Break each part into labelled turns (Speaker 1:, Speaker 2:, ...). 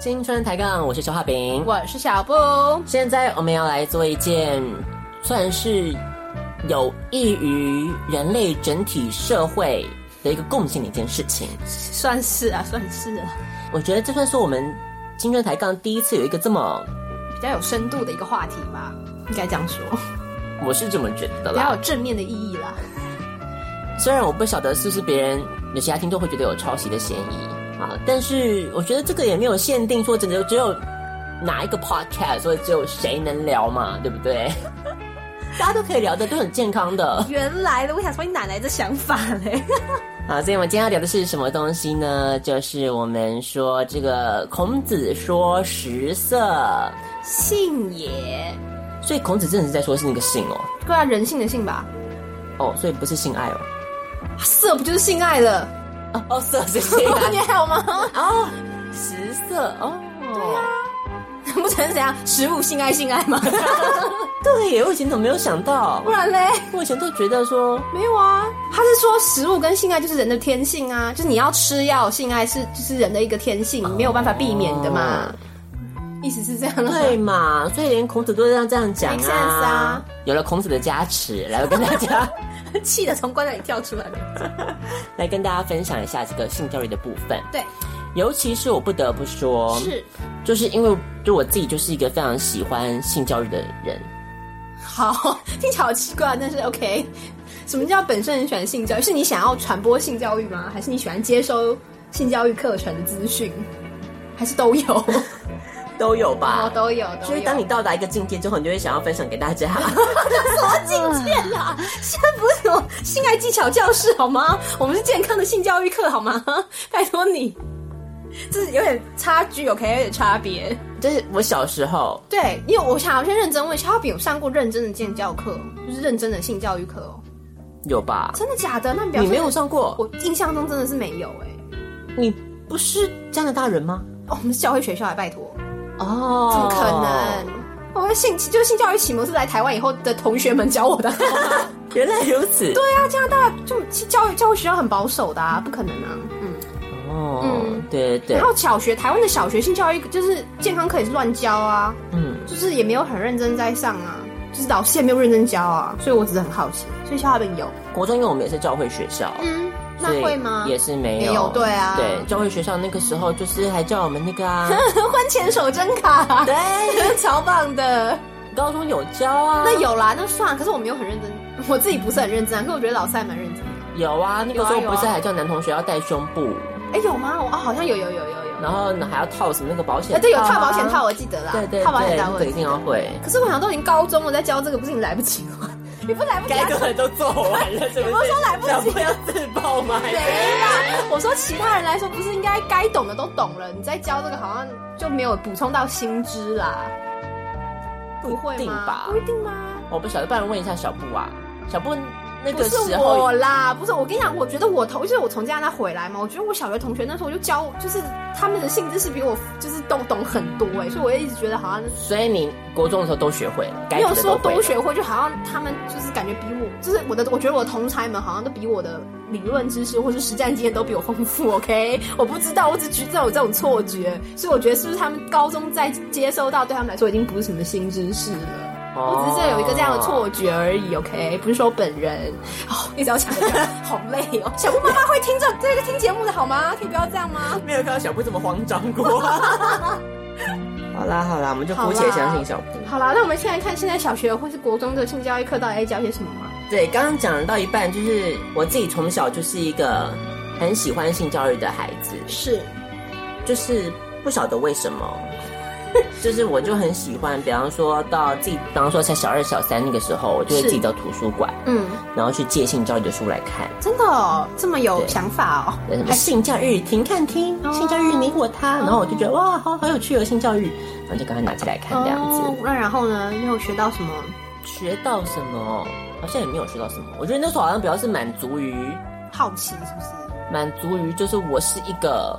Speaker 1: 青春抬杠，我是小画饼，
Speaker 2: 我是小布。
Speaker 1: 现在我们要来做一件算是有益于人类整体社会的一个贡献的一件事情，
Speaker 2: 算是啊，算是啊。
Speaker 1: 我觉得这算是我们青春抬杠第一次有一个这么
Speaker 2: 比较有深度的一个话题吧，应该这样说。
Speaker 1: 我是这么觉得
Speaker 2: 啦，比较有正面的意义啦。
Speaker 1: 虽然我不晓得是不是别人有其他听众会觉得有抄袭的嫌疑。啊，但是我觉得这个也没有限定说，只有只有哪一个 podcast，所以只有谁能聊嘛，对不对？ 大家都可以聊的，都很健康的。
Speaker 2: 原来的，我想说你哪来的想法嘞？
Speaker 1: 啊所以我们今天要聊的是什么东西呢？就是我们说这个孔子说食色
Speaker 2: 性也，
Speaker 1: 所以孔子真的是在说是那个性哦，
Speaker 2: 对啊，人性的性吧？
Speaker 1: 哦，所以不是性爱哦，
Speaker 2: 色不就是性爱了？
Speaker 1: 哦哦，色是性爱，
Speaker 2: 你好吗？
Speaker 1: 哦，食 色哦，
Speaker 2: 对啊，不成怎样？食物性爱性爱 吗？
Speaker 1: 对耶，我以前怎么没有想到？
Speaker 2: 不然嘞，
Speaker 1: 我以前都觉得说
Speaker 2: 没有啊，他是说食物跟性爱就是人的天性啊，就是你要吃药，性爱是就是人的一个天性，你没有办法避免的嘛。哦、意思是这样
Speaker 1: 哦对嘛？所以连孔子都这样这样讲啊。
Speaker 2: 啊
Speaker 1: 有了孔子的加持，来我跟大家。
Speaker 2: 气的从棺材里跳出来了，
Speaker 1: 来跟大家分享一下这个性教育的部分。
Speaker 2: 对，
Speaker 1: 尤其是我不得不说，
Speaker 2: 是，
Speaker 1: 就是因为就我自己就是一个非常喜欢性教育的人。
Speaker 2: 好，听起来好奇怪，但是 OK。什么叫本身很喜欢性教育？是你想要传播性教育吗？还是你喜欢接收性教育课程的资讯？还是都有？
Speaker 1: 都有吧，
Speaker 2: 哦、都有。都有
Speaker 1: 所以当你到达一个境界之后，你就会想要分享给大 家。
Speaker 2: 什么境界啦？现在不是什么性爱技巧教室好吗？我们是健康的性教育课好吗？ 拜托你，这是有点差距，OK，有点差别。
Speaker 1: 就是我小时候，
Speaker 2: 对，因为我想要先认真问，肖比有上过认真的健教课，就是认真的性教育课哦。
Speaker 1: 有吧？
Speaker 2: 真的假的？那
Speaker 1: 你没有上过？
Speaker 2: 我印象中真的是没有哎、
Speaker 1: 欸。你不是加拿大人吗？
Speaker 2: 哦，我们是教会学校，拜托。
Speaker 1: 哦，
Speaker 2: 怎么可能？我的性就是性教育启蒙是来台湾以后的同学们教我的。
Speaker 1: 原来如此。
Speaker 2: 对啊，加拿大就教育教育学校很保守的，啊，不可能啊。嗯。
Speaker 1: 哦。嗯，对对。
Speaker 2: 然后小学，台湾的小学性教育就是健康课也是乱教啊。
Speaker 1: 嗯。
Speaker 2: 就是也没有很认真在上啊，就是老师也没有认真教啊，所以我只是很好奇。所以肖亚斌有。
Speaker 1: 国中因为我们也是教会学校。
Speaker 2: 嗯。那会吗？
Speaker 1: 也是没有，
Speaker 2: 没有对啊，
Speaker 1: 对教会学校那个时候就是还叫我们那个 啊，
Speaker 2: 婚前守贞卡，
Speaker 1: 对，
Speaker 2: 超棒的。
Speaker 1: 高中有教啊，
Speaker 2: 那有啦，那算，可是我没有很认真，我自己不是很认真，啊，可我觉得老师还蛮认真的。
Speaker 1: 有啊，那个时候不是还叫男同学要带胸部？
Speaker 2: 哎，有吗？我啊，好像有有有有有。
Speaker 1: 然后还要套什么那个保险？
Speaker 2: 哎对，有套保险套，我记得啦，
Speaker 1: 啊对对，
Speaker 2: 套保险套
Speaker 1: 我一定要会。
Speaker 2: 可是我想都已经高中了，在教这个，不是你来不及吗？ 你不来不及，
Speaker 1: 该做的都做完了，怎么
Speaker 2: 我说来不及，
Speaker 1: 不要自爆吗？
Speaker 2: 没啦，我说其他人来说，不是应该该懂的都懂了，你再教这个好像就没有补充到新知啦。
Speaker 1: 不一定吧？
Speaker 2: 不一定吗？
Speaker 1: 我不晓得，不然问一下小布啊。小布，那
Speaker 2: 不
Speaker 1: 个
Speaker 2: 是
Speaker 1: 时
Speaker 2: 我
Speaker 1: 候，
Speaker 2: 啦，不是我跟你讲，我觉得我同，就是我从加拿大回来嘛，我觉得我小学同学那时候就教，就是他们的性知识比我就是都懂很多哎、所以我也一直觉得好像
Speaker 1: 所以你国中的时候都学会了，该
Speaker 2: 没有
Speaker 1: 学的
Speaker 2: 说
Speaker 1: 都会
Speaker 2: 多
Speaker 1: 了。
Speaker 2: 学会，就好像他们就是感觉比我，就是我的，我觉得我的同才们好像都比我的理论知识或是实战经验都比我丰富。OK，我不知道，我只觉得有这种错觉，所以我觉得是不是他们高中在接收到对他们来说已经不是什么新知识了。
Speaker 1: 哦
Speaker 2: 我只是有一个这样的错觉而已，OK，不是说我本人哦，一直要讲 这个，好累哦。小布妈妈会听这这个听节目的好吗？可以不要这样吗？
Speaker 1: 没有看到小布这么慌张 过。好啦好啦，我们就姑且
Speaker 2: 好啦
Speaker 1: 相信小布。
Speaker 2: 好啦，那我们现在看现在小学或是国中的性教育课到底在教些什么吗？
Speaker 1: 对，刚刚讲到一半，就是我自己从小就是一个很喜欢性教育的孩子，
Speaker 2: 是
Speaker 1: 就是不晓得为什么， 就是我就很喜欢，比方说到自己，比方说像小二、小三那个时候，我就会
Speaker 2: 是
Speaker 1: 自己到图书馆，
Speaker 2: 嗯，
Speaker 1: 然后去借性教育的书来看。
Speaker 2: 真的、哦、这么有
Speaker 1: 对
Speaker 2: 想法哦？
Speaker 1: 什么性教育，停看听，性教育你我他，然后我就觉得哇，好好有趣哦，性教育，然后就赶快拿起来看这样子。
Speaker 2: 哦那然后呢？你有学到什么？
Speaker 1: 学到什么？好像也没有学到什么。我觉得那时候好像比较是满足于，
Speaker 2: 好奇是不是？
Speaker 1: 满足于就是我是一个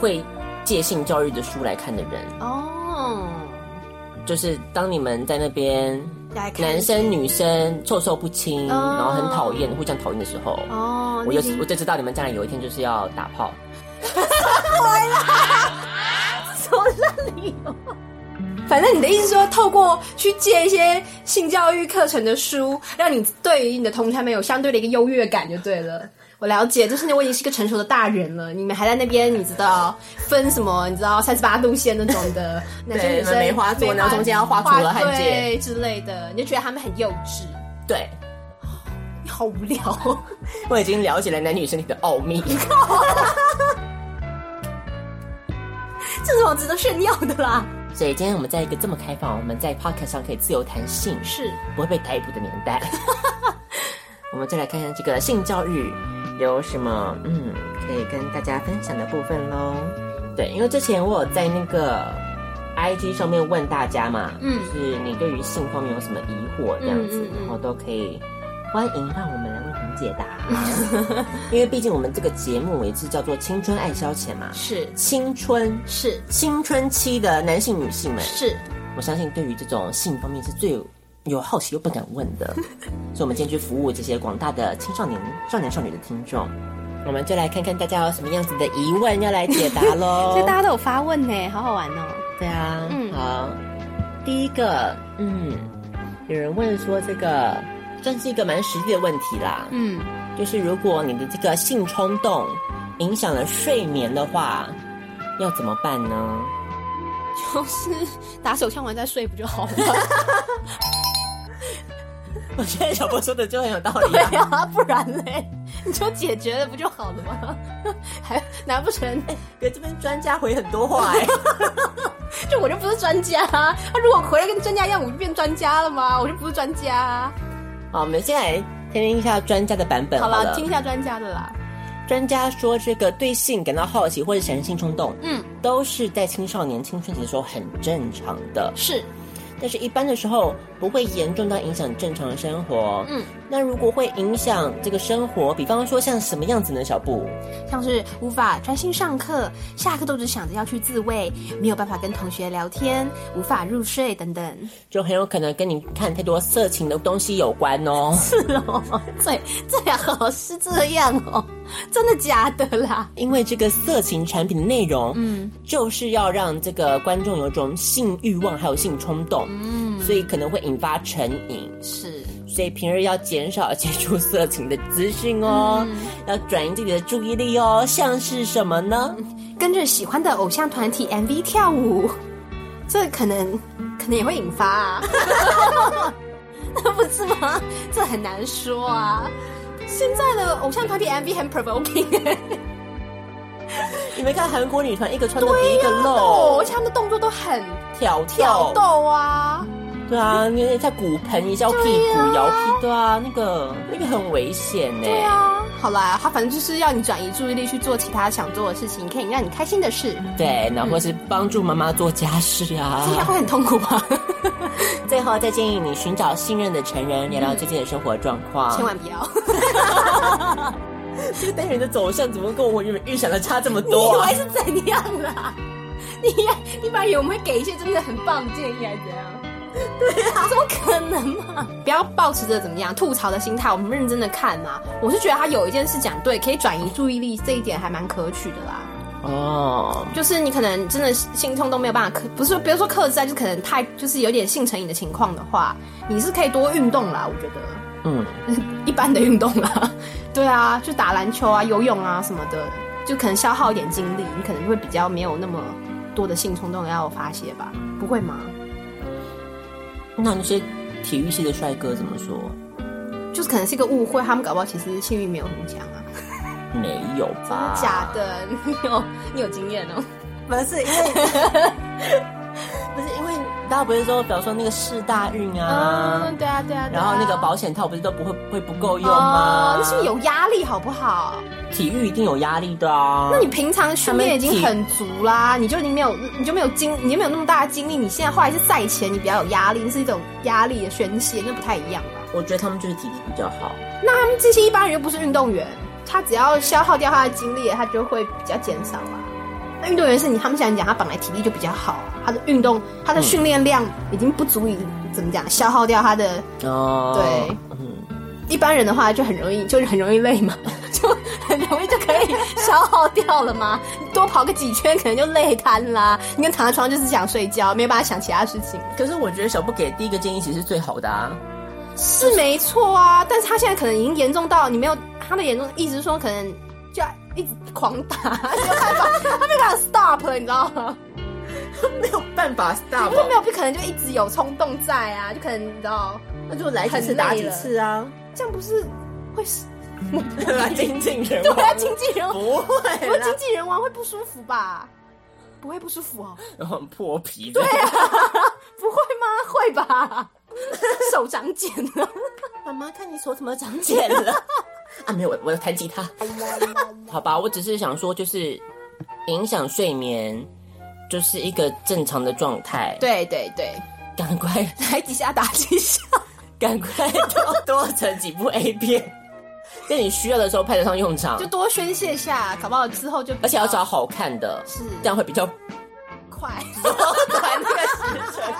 Speaker 1: 会借性教育的书来看的人。
Speaker 2: 哦，
Speaker 1: 就是当你们在那边
Speaker 2: 来看
Speaker 1: 男生女生臭臭不清，
Speaker 2: 哦
Speaker 1: 然后很讨厌，互相讨厌的时候，
Speaker 2: 哦，
Speaker 1: 我
Speaker 2: 你已
Speaker 1: 就
Speaker 2: 经
Speaker 1: 我就知道你们将来有一天就是要打炮。
Speaker 2: 反正你的意思说，透过去借一些性教育课程的书，让你对于你的同台们有相对的一个优越感就对了。我了解，就是我已经是一个成熟的大人了，你们还在那边，你知道分什么？你知道三十八度线那种 的男生女生
Speaker 1: 梅花座然后中间要画出罗汉界
Speaker 2: 对之类的，你就觉得他们很幼稚，
Speaker 1: 对，
Speaker 2: 你好无聊、 哦。
Speaker 1: 我已经了解了男女身体的奥秘。
Speaker 2: 这种值得炫耀的啦。
Speaker 1: 所以今天我们在一个这么开放，我们在 podcast 上可以自由谈性，
Speaker 2: 是
Speaker 1: 不会被逮捕的年代。 我们就来看看这个性教育有什么嗯可以跟大家分享的部分喽。对，因为之前我有在那个 IG 上面问大家嘛，
Speaker 2: 嗯
Speaker 1: 就是你对于性方面有什么疑惑这样子，
Speaker 2: 嗯嗯嗯
Speaker 1: 然后都可以欢迎让我们来为您解 答。因为毕竟我们这个节目也是叫做《青春爱消遣》嘛，
Speaker 2: 是
Speaker 1: 青春
Speaker 2: 是
Speaker 1: 青春期的男性女性们，
Speaker 2: 是，
Speaker 1: 我相信对于这种性方面是最有有好奇又不敢问 的，所以我们今天去服务这些广大的青少年、少年少女的听众，我们就来看看大家有什么样子的疑问要来解答
Speaker 2: 哦
Speaker 3: 所以
Speaker 1: 喽
Speaker 3: 大。家都有发问呢，好好玩哦。
Speaker 1: 对啊，
Speaker 3: 嗯
Speaker 1: 好，第一个，嗯，有人问说这个算是一个蛮实际的问题啦，
Speaker 3: 嗯，
Speaker 1: 就是如果你的这个性冲动影响了睡眠的话，要怎么 办呢？
Speaker 2: 就是 打手枪完再睡不就好了？
Speaker 1: 我觉得小波说的就很有道理 啊。
Speaker 2: 啊，不然嘞，你就解决了不就好了吗？ 还难不成
Speaker 1: 别这边专家回很多话哎、
Speaker 2: 就我就不是专家、啊？那如果回来跟专家一样，我就变专家了吗？我就不是专家、啊。
Speaker 1: 好，我们先来听听一下专家的版本
Speaker 2: 好
Speaker 1: 了。
Speaker 2: 了，听一下专家的啦。
Speaker 1: 专家说，这个对性感到好奇或者产生性冲动，
Speaker 2: 嗯，
Speaker 1: 都是在青少年青春期的时候很正常的，
Speaker 2: 是
Speaker 1: 但是一般的时候不会严重到影响正常的生活。
Speaker 2: 嗯，
Speaker 1: 那如果会影响这个生活，比方说像什么样子呢？小布，
Speaker 2: 像是无法专心上课，下课都只想着要去自慰，没有办法跟同学聊天，无法入睡等等。
Speaker 1: 就很有可能跟你看太多色情的东西有关哦。
Speaker 2: 是哦，最最好是这样哦， 真的假的啦？
Speaker 1: 因为这个色情产品的内容，嗯，就是要让这个观众有种性欲望还有性冲动，嗯，所以可能会引发成瘾，
Speaker 2: 是
Speaker 1: 所以平日要减少接触色情的资讯哦，要转移自己的注意力哦，像是什么呢？
Speaker 2: 跟着喜欢的偶像团体 MV 跳舞，这可能可能也会引发啊， 那不是吗？这很难说啊。现在的偶像团体 MV 很 provoking，、
Speaker 1: 你没看韩国女团一个穿的比一个
Speaker 2: 哦，
Speaker 1: 露
Speaker 2: 而，且他们的动作都很
Speaker 1: 挑跳，
Speaker 2: 挑逗啊，
Speaker 1: 对啊，你在骨盆一下屁股摇屁，对啊，那个那个很危险呢、
Speaker 2: 对啊，好啦，他反正就是要你转移注意力去做其他想做的事情，可以让你开心的事。
Speaker 1: 对，然后或是帮助妈妈做家事啊。
Speaker 2: 这样会很痛苦 吧？
Speaker 1: 最后再建议你寻找信任的成人，聊聊最近的生活状况。
Speaker 2: 千万不要。
Speaker 1: 这个单元的走向怎么跟我原本预想的差这么
Speaker 2: 你以
Speaker 1: 多啊
Speaker 2: 为？是怎样啦？ 你呀，你本来以为我们会给一些真的很棒的建议，还是怎样？ 对啊，怎么可能嘛？不要抱持着怎么样吐槽的心态，我们认真的看嘛。我是觉得他有一件事讲对，可以转移注意力，这一点还蛮可取的啦。
Speaker 1: 哦，
Speaker 2: 就是你可能真的性冲动没有办法克，不是不要说克制啊，就可能太就是有点性成瘾的情况的话，你是可以多运动啦，我觉得
Speaker 1: 嗯，
Speaker 2: 一般的运动啦， 对啊，就打篮球啊、游泳啊什么的，就可能消耗一点精力，你可能会比较没有那么多的性冲动要发泄吧，不会吗？
Speaker 1: 那那些体育系的帅哥怎么说？
Speaker 2: 就是可能是一个误会，他们搞不好其实性欲没有很强 啊，
Speaker 1: 没有吧？
Speaker 2: 假的，你有 你有经验哦，
Speaker 1: 啊不是因为，不是因为大家不是说，比方说那个四大运啊，
Speaker 2: 嗯，对啊对啊，对
Speaker 1: 然
Speaker 2: 啊
Speaker 1: 后那个保险套不是都不会会不够用
Speaker 2: 哦
Speaker 1: 吗？，
Speaker 2: 那是不是有压力好不好？
Speaker 1: 体育一定有压力的啊。
Speaker 2: 那你平常训练已经很足啦，你就已经没有，你就没有精，你就没有那么大的精力。你现在后来是赛前，你比较有压力，是一种压力的宣泄，那不太一样吧？
Speaker 1: 我觉得他们就是体力比较好。
Speaker 2: 那他们这些一般人又不是运动员，他只要消耗掉他的精力，他就会比较减少啊。那运动员是你他们想讲，他本来体力就比较好，他的运动他的训练量已经不足以怎么讲消耗掉他的
Speaker 1: 哦，
Speaker 2: 对，
Speaker 1: 嗯，
Speaker 2: 一般人的话就很容易，就是很容易累嘛， 就很容易就可以消耗掉了嘛。多跑个几圈可能就累瘫啦。你看躺在床上就是想睡觉，没有办法想其他事情，
Speaker 1: 可是我觉得小布给第一个建议其实是最好的啊。
Speaker 2: 是没错啊。但是他现在可能已经严重到你没有他的严重，意思是说可能就要一直狂打， 没有办法，他没有办法 stop 了，你知道吗？
Speaker 1: 没有办法
Speaker 2: 他
Speaker 1: stop
Speaker 2: 就没有，不可能就一直有冲动在啊，就可能你知道，
Speaker 1: 那就来
Speaker 2: 几次打几次
Speaker 1: 啊，
Speaker 2: 这样不是 会死
Speaker 1: 来精进人
Speaker 2: 对
Speaker 1: 亡。
Speaker 2: 啊，经纪人
Speaker 1: 不
Speaker 2: 不
Speaker 1: 会
Speaker 2: 过
Speaker 1: 啦
Speaker 2: 经，纪人玩会不舒服吧？不会不舒服哦？
Speaker 1: 很破皮的。
Speaker 2: 不会吗？会吧？ 手长茧了，
Speaker 1: 妈妈，看你手怎么长茧了？ 啊，没有，我我要弹吉他。 好吧，我只是想说，就是影响睡眠，就是一个正常的状态。，
Speaker 2: 对对对，
Speaker 1: 赶快
Speaker 2: 来几下打几下，
Speaker 1: 赶快多多整几部 A 片，在你需要的时候派得上用场
Speaker 2: 就，多宣泄下，搞不好之后就比较
Speaker 1: 而且要找好看的，
Speaker 2: 是
Speaker 1: 这样会比较
Speaker 2: 快。
Speaker 1: 短那个时辰。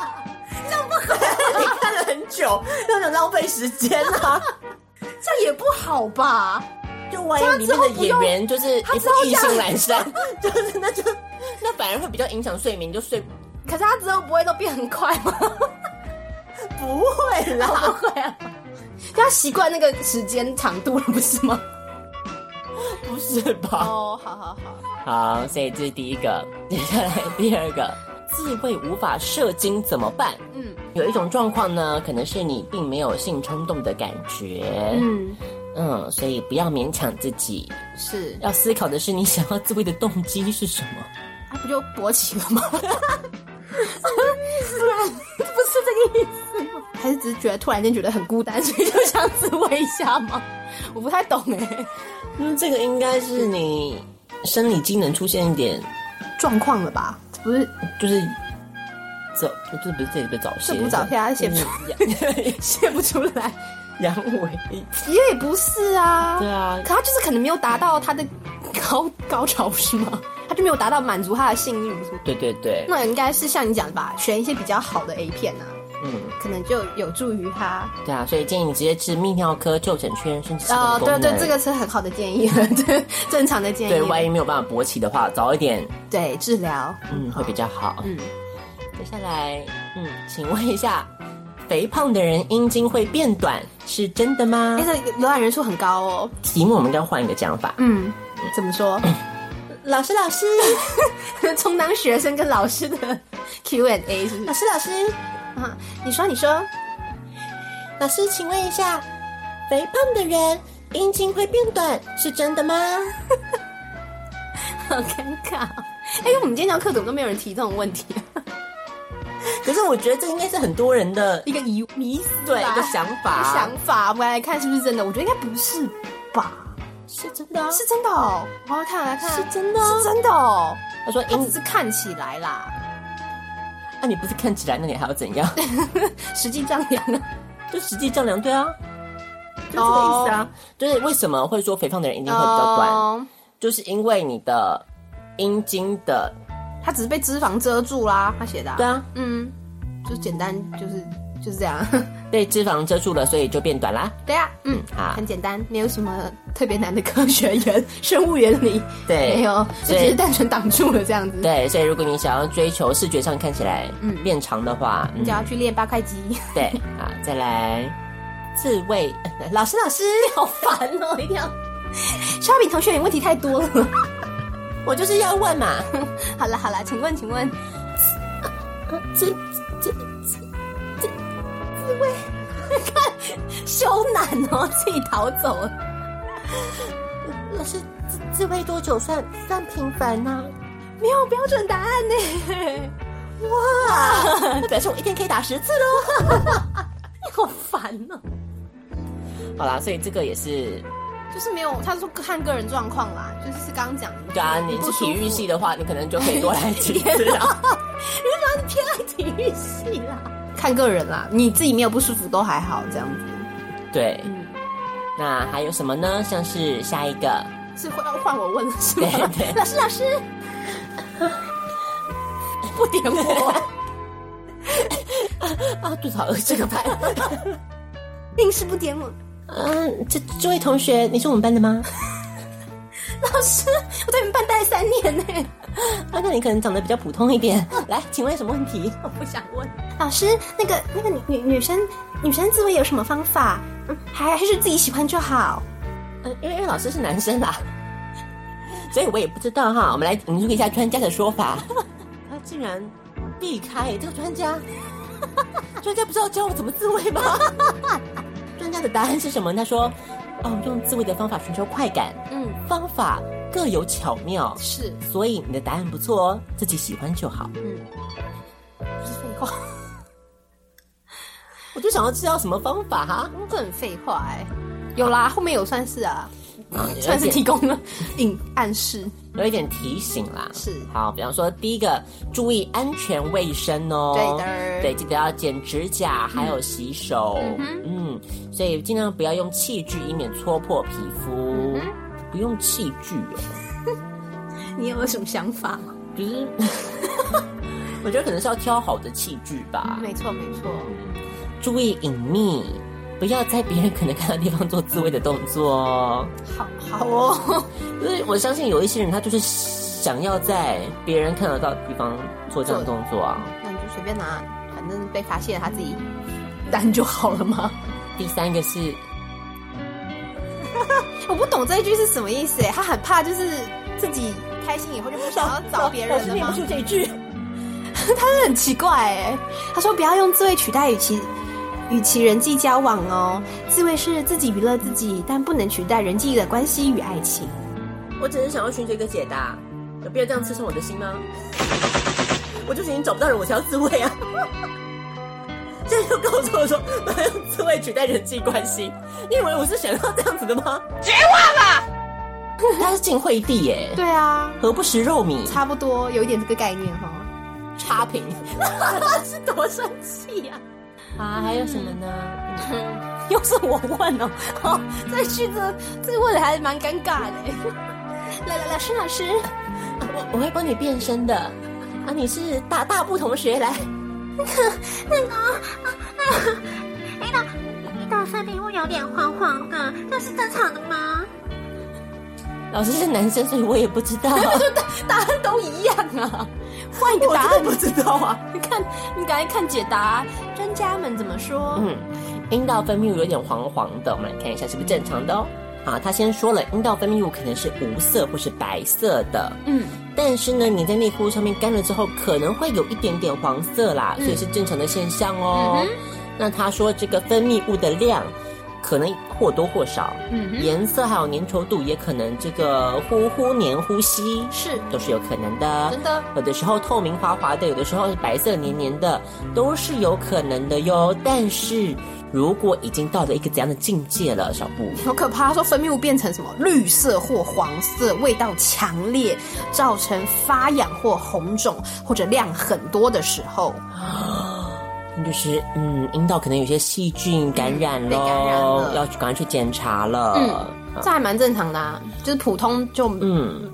Speaker 1: 这样不可能，你看了很久，那很浪费时间 啊！
Speaker 2: 这样也不好吧？
Speaker 1: 就万一里面的演员就是
Speaker 2: 他
Speaker 1: 一
Speaker 2: 之
Speaker 1: 副
Speaker 2: 后不
Speaker 1: 意
Speaker 2: 用
Speaker 1: 兴阑珊， 就是那就那反而会比较影响睡眠，就睡
Speaker 2: 可是他之后不会都变很快 吗？
Speaker 1: 不会 啦，
Speaker 2: 不会啊，就要习惯那个时间长度了，不是吗？
Speaker 1: 不是吧？
Speaker 2: 哦，好好好，
Speaker 1: 好，所以这是第一个，接下来第二个，自慰无法射精怎么办？
Speaker 2: 嗯
Speaker 1: 有一种状况呢，可能是你并没有性冲动的感觉，嗯
Speaker 2: 嗯，
Speaker 1: 所以不要勉强自己，
Speaker 2: 是，
Speaker 1: 要思考的是你想要自慰的动机是什么。
Speaker 2: 他不就勃起 了吗？什么意思？不是这个意思吗？还是只是觉得突然间觉得很孤单，所以就想自慰一下吗？我不太懂哎，
Speaker 1: 嗯，这个应该是你生理机能出现一点，
Speaker 2: 状况了吧？不是
Speaker 1: 就是早，这不是这个早泄，
Speaker 2: 这不是早泄它是泄不
Speaker 1: 嗯
Speaker 2: 写不出来，
Speaker 1: 阳阳痿。
Speaker 2: 也不是啊。
Speaker 1: 对啊，
Speaker 2: 可他就是可能没有达到他的高高潮，不是吗？他就没有达到满足他的性欲，不是吗？
Speaker 1: 对对对，
Speaker 2: 那应该是像你讲的吧，选一些比较好的 A 片啊，
Speaker 1: 嗯，
Speaker 2: 可能就有助于他
Speaker 1: 对啊，所以建议你直接吃泌尿科就诊确认生殖器官
Speaker 2: 哦，
Speaker 1: 的功
Speaker 2: 对
Speaker 1: 能。
Speaker 2: 对，这个是很好的建议 了，对，正常的建议。
Speaker 1: 对，万一没有办法勃起的话，早一点，
Speaker 2: 对治疗，
Speaker 1: 嗯，会比较好。
Speaker 2: 嗯，
Speaker 1: 接下来，嗯，请问一下，肥胖的人阴茎会变短是真的吗
Speaker 2: 哎、？这浏览人数很高哦。
Speaker 1: 题目我们应该换一个讲法。
Speaker 2: 嗯，怎么说？
Speaker 1: 老师，老师，
Speaker 2: 充当学生跟老师的 Q&A 是不是？
Speaker 1: 师，老师，
Speaker 2: 啊，你说，你 说，
Speaker 1: 老师，请问一下，肥胖的人阴茎会变短是真的吗？
Speaker 2: 哦好尴尬。哎、我们今天堂课怎么都没有人提这种问题、啊？
Speaker 1: 可是我觉得这应该是很多人的
Speaker 2: 一个疑迷思
Speaker 1: 对
Speaker 2: 吧
Speaker 1: 一个想法
Speaker 2: 一个想法，我们来看是不是真的？我觉得应该不是吧？
Speaker 1: 是真的、啊。
Speaker 2: 是真的哦，我要看来看，
Speaker 1: 是真的啊
Speaker 2: 是真的哦。
Speaker 1: 他说：“
Speaker 2: 他
Speaker 1: 因
Speaker 2: 只是看起来啦，
Speaker 1: 啊，你不是看起来，那你还要怎样？
Speaker 2: 实际丈量啊，
Speaker 1: 就实际丈量，对啊，就这个意思啊。就是为什么会说肥胖的人一定会比较短，
Speaker 2: 哦
Speaker 1: 就是因为你的阴茎的，
Speaker 2: 他只是被脂肪遮住啦，他写的、
Speaker 1: 对，啊，
Speaker 2: 嗯，就简单，就是就是这样。
Speaker 1: 被脂肪遮住了，所以就变短啦。
Speaker 2: 对啊，嗯，
Speaker 1: 好
Speaker 2: 很简单，没有什么特别难的科学原生物原理，
Speaker 1: 对
Speaker 2: 没有，就
Speaker 1: 所以
Speaker 2: 只是单纯挡住了这样子。，
Speaker 1: 对，所以如果你想要追求视觉上看起来嗯变长的话，嗯
Speaker 2: 你只要去练八块肌。
Speaker 1: 对啊，再来自慰， 老师老师好烦哦， 一定要，
Speaker 2: 肖饼同学，你问题太多了。
Speaker 1: 我就是要问嘛，
Speaker 2: 好了好了，请问请问，
Speaker 1: 这这
Speaker 2: 羞男哦，自己逃走了。
Speaker 1: 老师自自慰多久算算频繁呢、
Speaker 2: 没有标准答案呢，
Speaker 1: 那表示我一天可以打十次喽。
Speaker 2: 你 好烦哦。
Speaker 1: 好啦，所以这个也是，
Speaker 2: 就是没有，他说看个人状况啦，就是刚刚讲的。
Speaker 1: 对啊，你
Speaker 2: 不
Speaker 1: 是
Speaker 2: 舒
Speaker 1: 体
Speaker 2: 服
Speaker 1: 育系的话，你可能就可以多来几 次啊。
Speaker 2: 偏爱体育系啦，看个人啦，你自己没有不舒服都还好这样子。
Speaker 1: 对，那还有什么呢？像是下一个，
Speaker 2: 是换换我问了是吗
Speaker 1: 对对？
Speaker 2: 老师老师，不点我，
Speaker 1: 啊，肚子好饿，这个拍。
Speaker 2: 临时不点我。
Speaker 1: 嗯，这这位同学，你是我们班的吗？
Speaker 2: 老师，我在你们班待了三年呢、
Speaker 1: 啊，那你可能长得比较普通一点。来，请问有什么问题？
Speaker 2: 我不想问。老师，那个那个女女女生女生自慰有什么方法？嗯，还还是自己喜欢就好。
Speaker 1: 嗯，因为因为老师是男生啦，所以我也不知道哈。我们来引述一下专家的说法，他竟然避开这个专家，专家不知道教我怎么自慰吗？专家的答案是什么？他说：“哦，用自慰的方法寻求快感，
Speaker 2: 嗯，
Speaker 1: 方法各有巧妙，
Speaker 2: 是，
Speaker 1: 所以你的答案不错哦，自己喜欢就好。
Speaker 2: 嗯，不是废话，”
Speaker 1: 我就想要知道什么方法哈、
Speaker 2: 这很废话哎、有啦，后面有算是啊，
Speaker 1: 有
Speaker 2: 算
Speaker 1: 一
Speaker 2: 是提
Speaker 1: 点
Speaker 2: 供了隐暗示。
Speaker 1: 有一点提醒啦。
Speaker 2: 是
Speaker 1: 好，比方说第一个，注意安全卫生哦。
Speaker 2: 对的
Speaker 1: 对，记得要剪指甲，还有洗手。嗯所以尽量不要用器具，以免戳破皮
Speaker 2: 嗯
Speaker 1: 肤。不用器具哦，
Speaker 2: 你有什么想法吗？
Speaker 1: 就是 我觉得可能是要挑好的器具吧。
Speaker 2: 没错，没错。
Speaker 1: 注意隐秘，不要在别人可能看到的地方做自慰的动作哦。
Speaker 2: 好好哦，
Speaker 1: 因为我相信有一些人，他就是想要在别人看得到的地方做这样的动作啊。
Speaker 2: 那你就随便拿，反正被发现他自己单就好了嘛。
Speaker 1: 第三个是
Speaker 2: 我不懂这一句是什么意思哎，他很怕就是自己开心以后就不想要找别人了 吗？
Speaker 1: 这一句，
Speaker 2: 他是很奇怪哎，他说不要用自慰取代与其与其人际交往哦，自慰是自己娱乐自己，但不能取代人际的关系与爱情。
Speaker 1: 我只是想要寻求一个解答，有必要这样刺伤我的心吗？我就是已经找不到人，我才要自慰啊！ 现在又告诉我说我要用自慰取代人际关系，你以为我是想要这样子的吗？绝望吧！他是晋惠帝耶，
Speaker 2: 啊对啊，
Speaker 1: 何不食肉糜？
Speaker 2: 差不多有一点这个概念哈、
Speaker 1: 差评，
Speaker 2: 哦，是多生气呀、
Speaker 1: 啊，还有什么 呢？
Speaker 2: 又是我问哦，哦，这句这这问的还蛮尴尬的。 来来，老师老师，
Speaker 1: 啊我我会帮你变身的。啊，你是大大部同学来，
Speaker 4: 一到三点会有点黄黄的，这是正常的吗？
Speaker 1: 老师是男生，所以我也不知 道。
Speaker 2: 答案都一样啊，换一个答案不知道啊？你看，你赶快看解答，专家们怎么 说？
Speaker 1: 嗯，阴道分泌物有点黄黄的，我们来看一下是不是正常的哦。好，他先说了，阴道分泌物可能是无色或是白色的，
Speaker 2: 嗯，
Speaker 1: 但是呢，你在内裤上面干了之后，可能会有一点点黄
Speaker 2: 嗯
Speaker 1: 色啦，所以是正常的现象哦。那他说这个分泌物的量可能或多或少，
Speaker 2: 嗯哼
Speaker 1: 颜色还有粘稠度也可能这个忽忽黏忽稀，
Speaker 2: 是
Speaker 1: 都是有可能的。
Speaker 2: 真的
Speaker 1: 有的时候透明滑滑的，有的时候是白色黏黏的，都是有可能的哟。但是如果已经到了一个怎样的境界了，小布？
Speaker 2: 好可怕！他说分泌物变成什么绿色或黄色，味道强烈，造成发痒或红肿或者量很多的时候，
Speaker 1: 就是嗯，阴道可能有些细菌感染
Speaker 2: 被
Speaker 1: 咯，
Speaker 2: 感染了
Speaker 1: 要去赶快去检查了。
Speaker 2: 嗯，这还蛮正常的啊，就是普通就
Speaker 1: 嗯，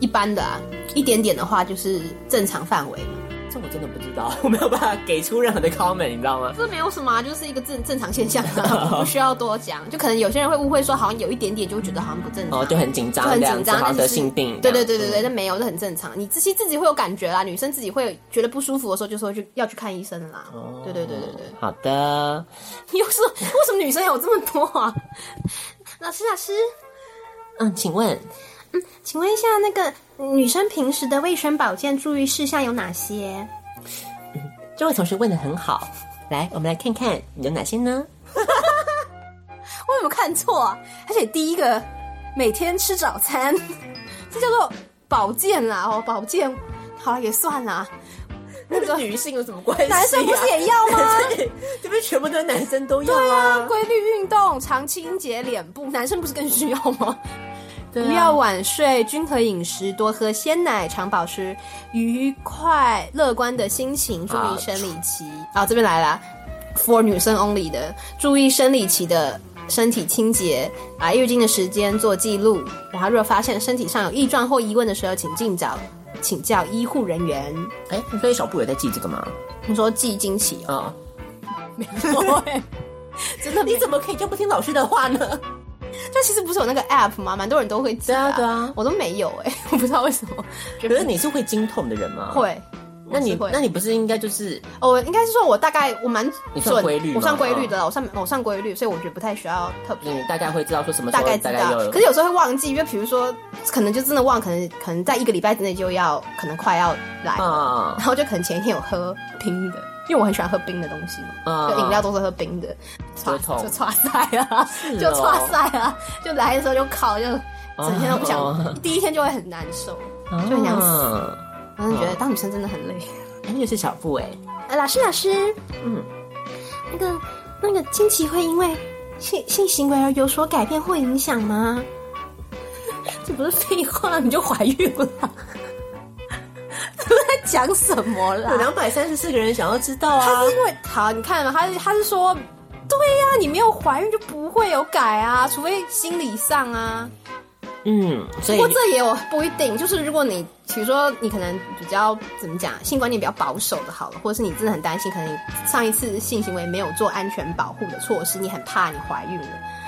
Speaker 2: 一般的啊，一点点的话就是正常范围嘛，
Speaker 1: 这我真的不知道， 我没有办法给出任何的 comment，你知道吗？
Speaker 2: 这没有什么、啊，就是一个正正常现象、 啊，不需要多讲。就可能有些人会误会说，好像有一点点就觉得好像不正常，
Speaker 1: 哦，就很紧
Speaker 2: 就
Speaker 1: 张，
Speaker 2: 很
Speaker 1: 这样
Speaker 2: 紧
Speaker 1: 子
Speaker 2: 张，
Speaker 1: 好
Speaker 2: 但
Speaker 1: 像
Speaker 2: 是
Speaker 1: 得性病。这
Speaker 2: 对对
Speaker 1: 样
Speaker 2: 对对
Speaker 1: 嗯
Speaker 2: 对，那没有，这很正常。你自己自己会有感觉啦，女生自己会觉得不舒服的时候，就说去要去看医生啦。
Speaker 1: 哦
Speaker 2: 对对对对对，
Speaker 1: 好的，
Speaker 2: 又说为什么女生有这么多啊？ 老师老师，
Speaker 1: 嗯，请问
Speaker 2: 请问一下，那个女生平时的卫生保健注意事项有哪些？
Speaker 1: 这位同学问的很好，来，我们来看看有哪些呢？
Speaker 2: 我有没有看错啊？而且第一个每天吃早餐， 这叫做保健啦哦，保健好了也算啦。
Speaker 1: 那个女性有什么关系、啊
Speaker 2: 男生不是也要吗？
Speaker 1: 这边全部都是男生都要
Speaker 2: 对啊，
Speaker 1: 啊？
Speaker 2: 规律运动，常清洁脸部，男生不是更需要 吗？
Speaker 1: 对啊
Speaker 2: 不要晚睡，均衡饮食，多喝鲜奶，常保持愉快乐观的心情，注
Speaker 1: 啊
Speaker 2: 意生理期。啊，这边来啦，for 女生 only 的，注意生理期的身体清洁，啊，月经的时间做记录，然后若发现身体上有异状或疑问的时候，请尽早请教医护人员。
Speaker 1: 哎，所以小布有在记这个吗？
Speaker 2: 你说记经期哦，
Speaker 1: 啊、
Speaker 2: 真的
Speaker 1: 你怎么可以就不听老师的话呢？
Speaker 2: 这其实不是有那个 app 吗？蛮多人都会记、
Speaker 1: 对啊对啊
Speaker 2: 我都没有哎、 我不知道为什么。
Speaker 1: 可是你是会经痛的人吗？。
Speaker 2: 会，
Speaker 1: 那你
Speaker 2: 我是会
Speaker 1: 那你不是应该就是
Speaker 2: 哦，我应该是说我大概我蛮
Speaker 1: 你算
Speaker 2: 准
Speaker 1: 规律吗嗯
Speaker 2: 我算规律的啦，我算我算规律，所以我觉得不太需要特别。
Speaker 1: 就是嗯你大概会知道说什么时
Speaker 2: 大
Speaker 1: 候
Speaker 2: 概知
Speaker 1: 大概
Speaker 2: 道
Speaker 1: 有，
Speaker 2: 可是有时候会忘记，因为比如说，可能就真的忘，可能可能在一个礼拜之内就要，可能快要来，
Speaker 1: 啊
Speaker 2: 然后就可能前一天有喝冰的，因为我很喜欢喝冰的东西嘛，
Speaker 1: 啊
Speaker 2: 就饮料都是喝冰的，
Speaker 1: 就痛
Speaker 2: 就唰塞啊，
Speaker 1: 哦
Speaker 2: 就唰塞啊，就来的时候就靠，就整天都不
Speaker 1: 哦
Speaker 2: 想，第一天就会很难受，就很想死，
Speaker 1: 啊
Speaker 2: 然后觉得当女生真的很累。
Speaker 1: 哎又是小布哎、
Speaker 4: 呃，老师老师，
Speaker 1: 嗯，
Speaker 4: 那个那个经期会因为性性行为而有所改变或影响吗？
Speaker 2: 这不是废话，你就怀孕了。 在讲什么啦？
Speaker 1: 有两百三十四个人想要知道啊
Speaker 2: 他是因为好，你看嘛，他他是说，对呀、你没有怀孕就不会有改啊，除非心理上啊。
Speaker 1: 嗯，所
Speaker 2: 不
Speaker 1: 以
Speaker 2: 过这也有不一定，就是如果你比如说你可能比较怎么讲，性观念比较保守的，好了，或者是你真的很担心，可能你上一次性行为没有做安全保护的措施，你很怕你怀孕了，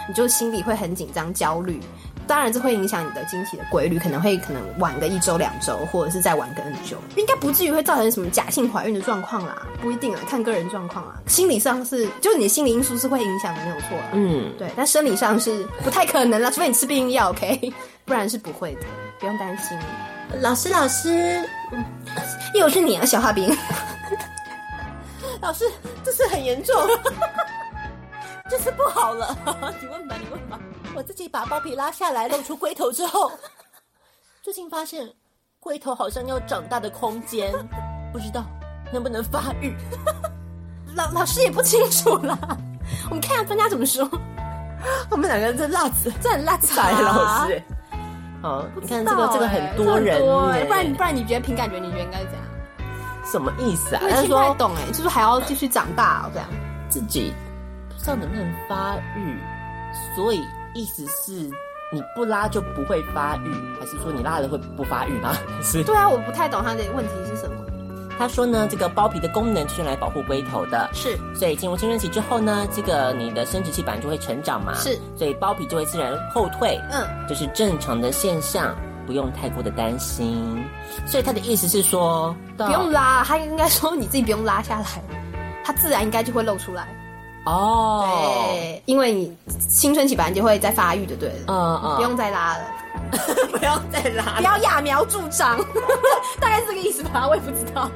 Speaker 2: 你就心里会很紧张焦虑。当然，这会影响你的经期的规律，可能会可能晚个一周两周，或者是再晚个很久，应该不至于会造成什么假性怀孕的状况啦，不一定啊，看个人状况啦。心理上是，就是你的心理因素是会影响的，没有错啊啦。
Speaker 1: 嗯，
Speaker 2: 对，但生理上是不太可能了，除非你吃避孕药，OK，不 然是不会的，不用担心。
Speaker 1: 老师老师，
Speaker 2: 又是你啊，小花饼，
Speaker 1: 老师，这是很 严重，这次不好了。你问吧，你问吧。我自己把包皮拉下来，露出龟头之后，最近发现龟头好像要长大的空间，不知道能不能发育。
Speaker 2: 老老师也不清楚啦，我们看看专家怎么说。
Speaker 1: 我们两个人在辣子
Speaker 2: 这很烂惨、
Speaker 1: 宰
Speaker 2: 啊，
Speaker 1: 哎老师。好，你看这个这个很多人
Speaker 2: 这很多欸
Speaker 1: 耶，
Speaker 2: 不然不然你觉得凭感觉你觉得应该是怎样？
Speaker 1: 什么意思啊？
Speaker 2: 我也
Speaker 1: 他
Speaker 2: 听不太
Speaker 1: 说
Speaker 2: 懂哎、就是还要继续长大、哦、这样。
Speaker 1: 自己不知道能不能发育，所以意思是你不拉就不会发育，还是说你拉了会不发育吗？ 是。
Speaker 2: 对啊，我不太懂他的问题是什么。
Speaker 1: 他说呢，这个包皮的功能是用来保护龟头的，
Speaker 2: 是
Speaker 1: 所以进入青春期之后呢，这个你的生殖器板就会成长嘛，
Speaker 2: 是，
Speaker 1: 所以包皮就会自然后退，
Speaker 2: 嗯，
Speaker 1: 这是正常的现象，不用太过的担心。所以他的意思是说，不
Speaker 2: 不用拉，他应该说你自己不用拉下来，它自然应该就会露出来。
Speaker 1: 哦，
Speaker 2: 对，因为你青春期本来就会在发育，就对了，
Speaker 1: 嗯嗯，
Speaker 2: 不用再拉了，
Speaker 1: 不要再拉
Speaker 2: 不。要揠苗助长， 大概是这个意思吧，我也不知道，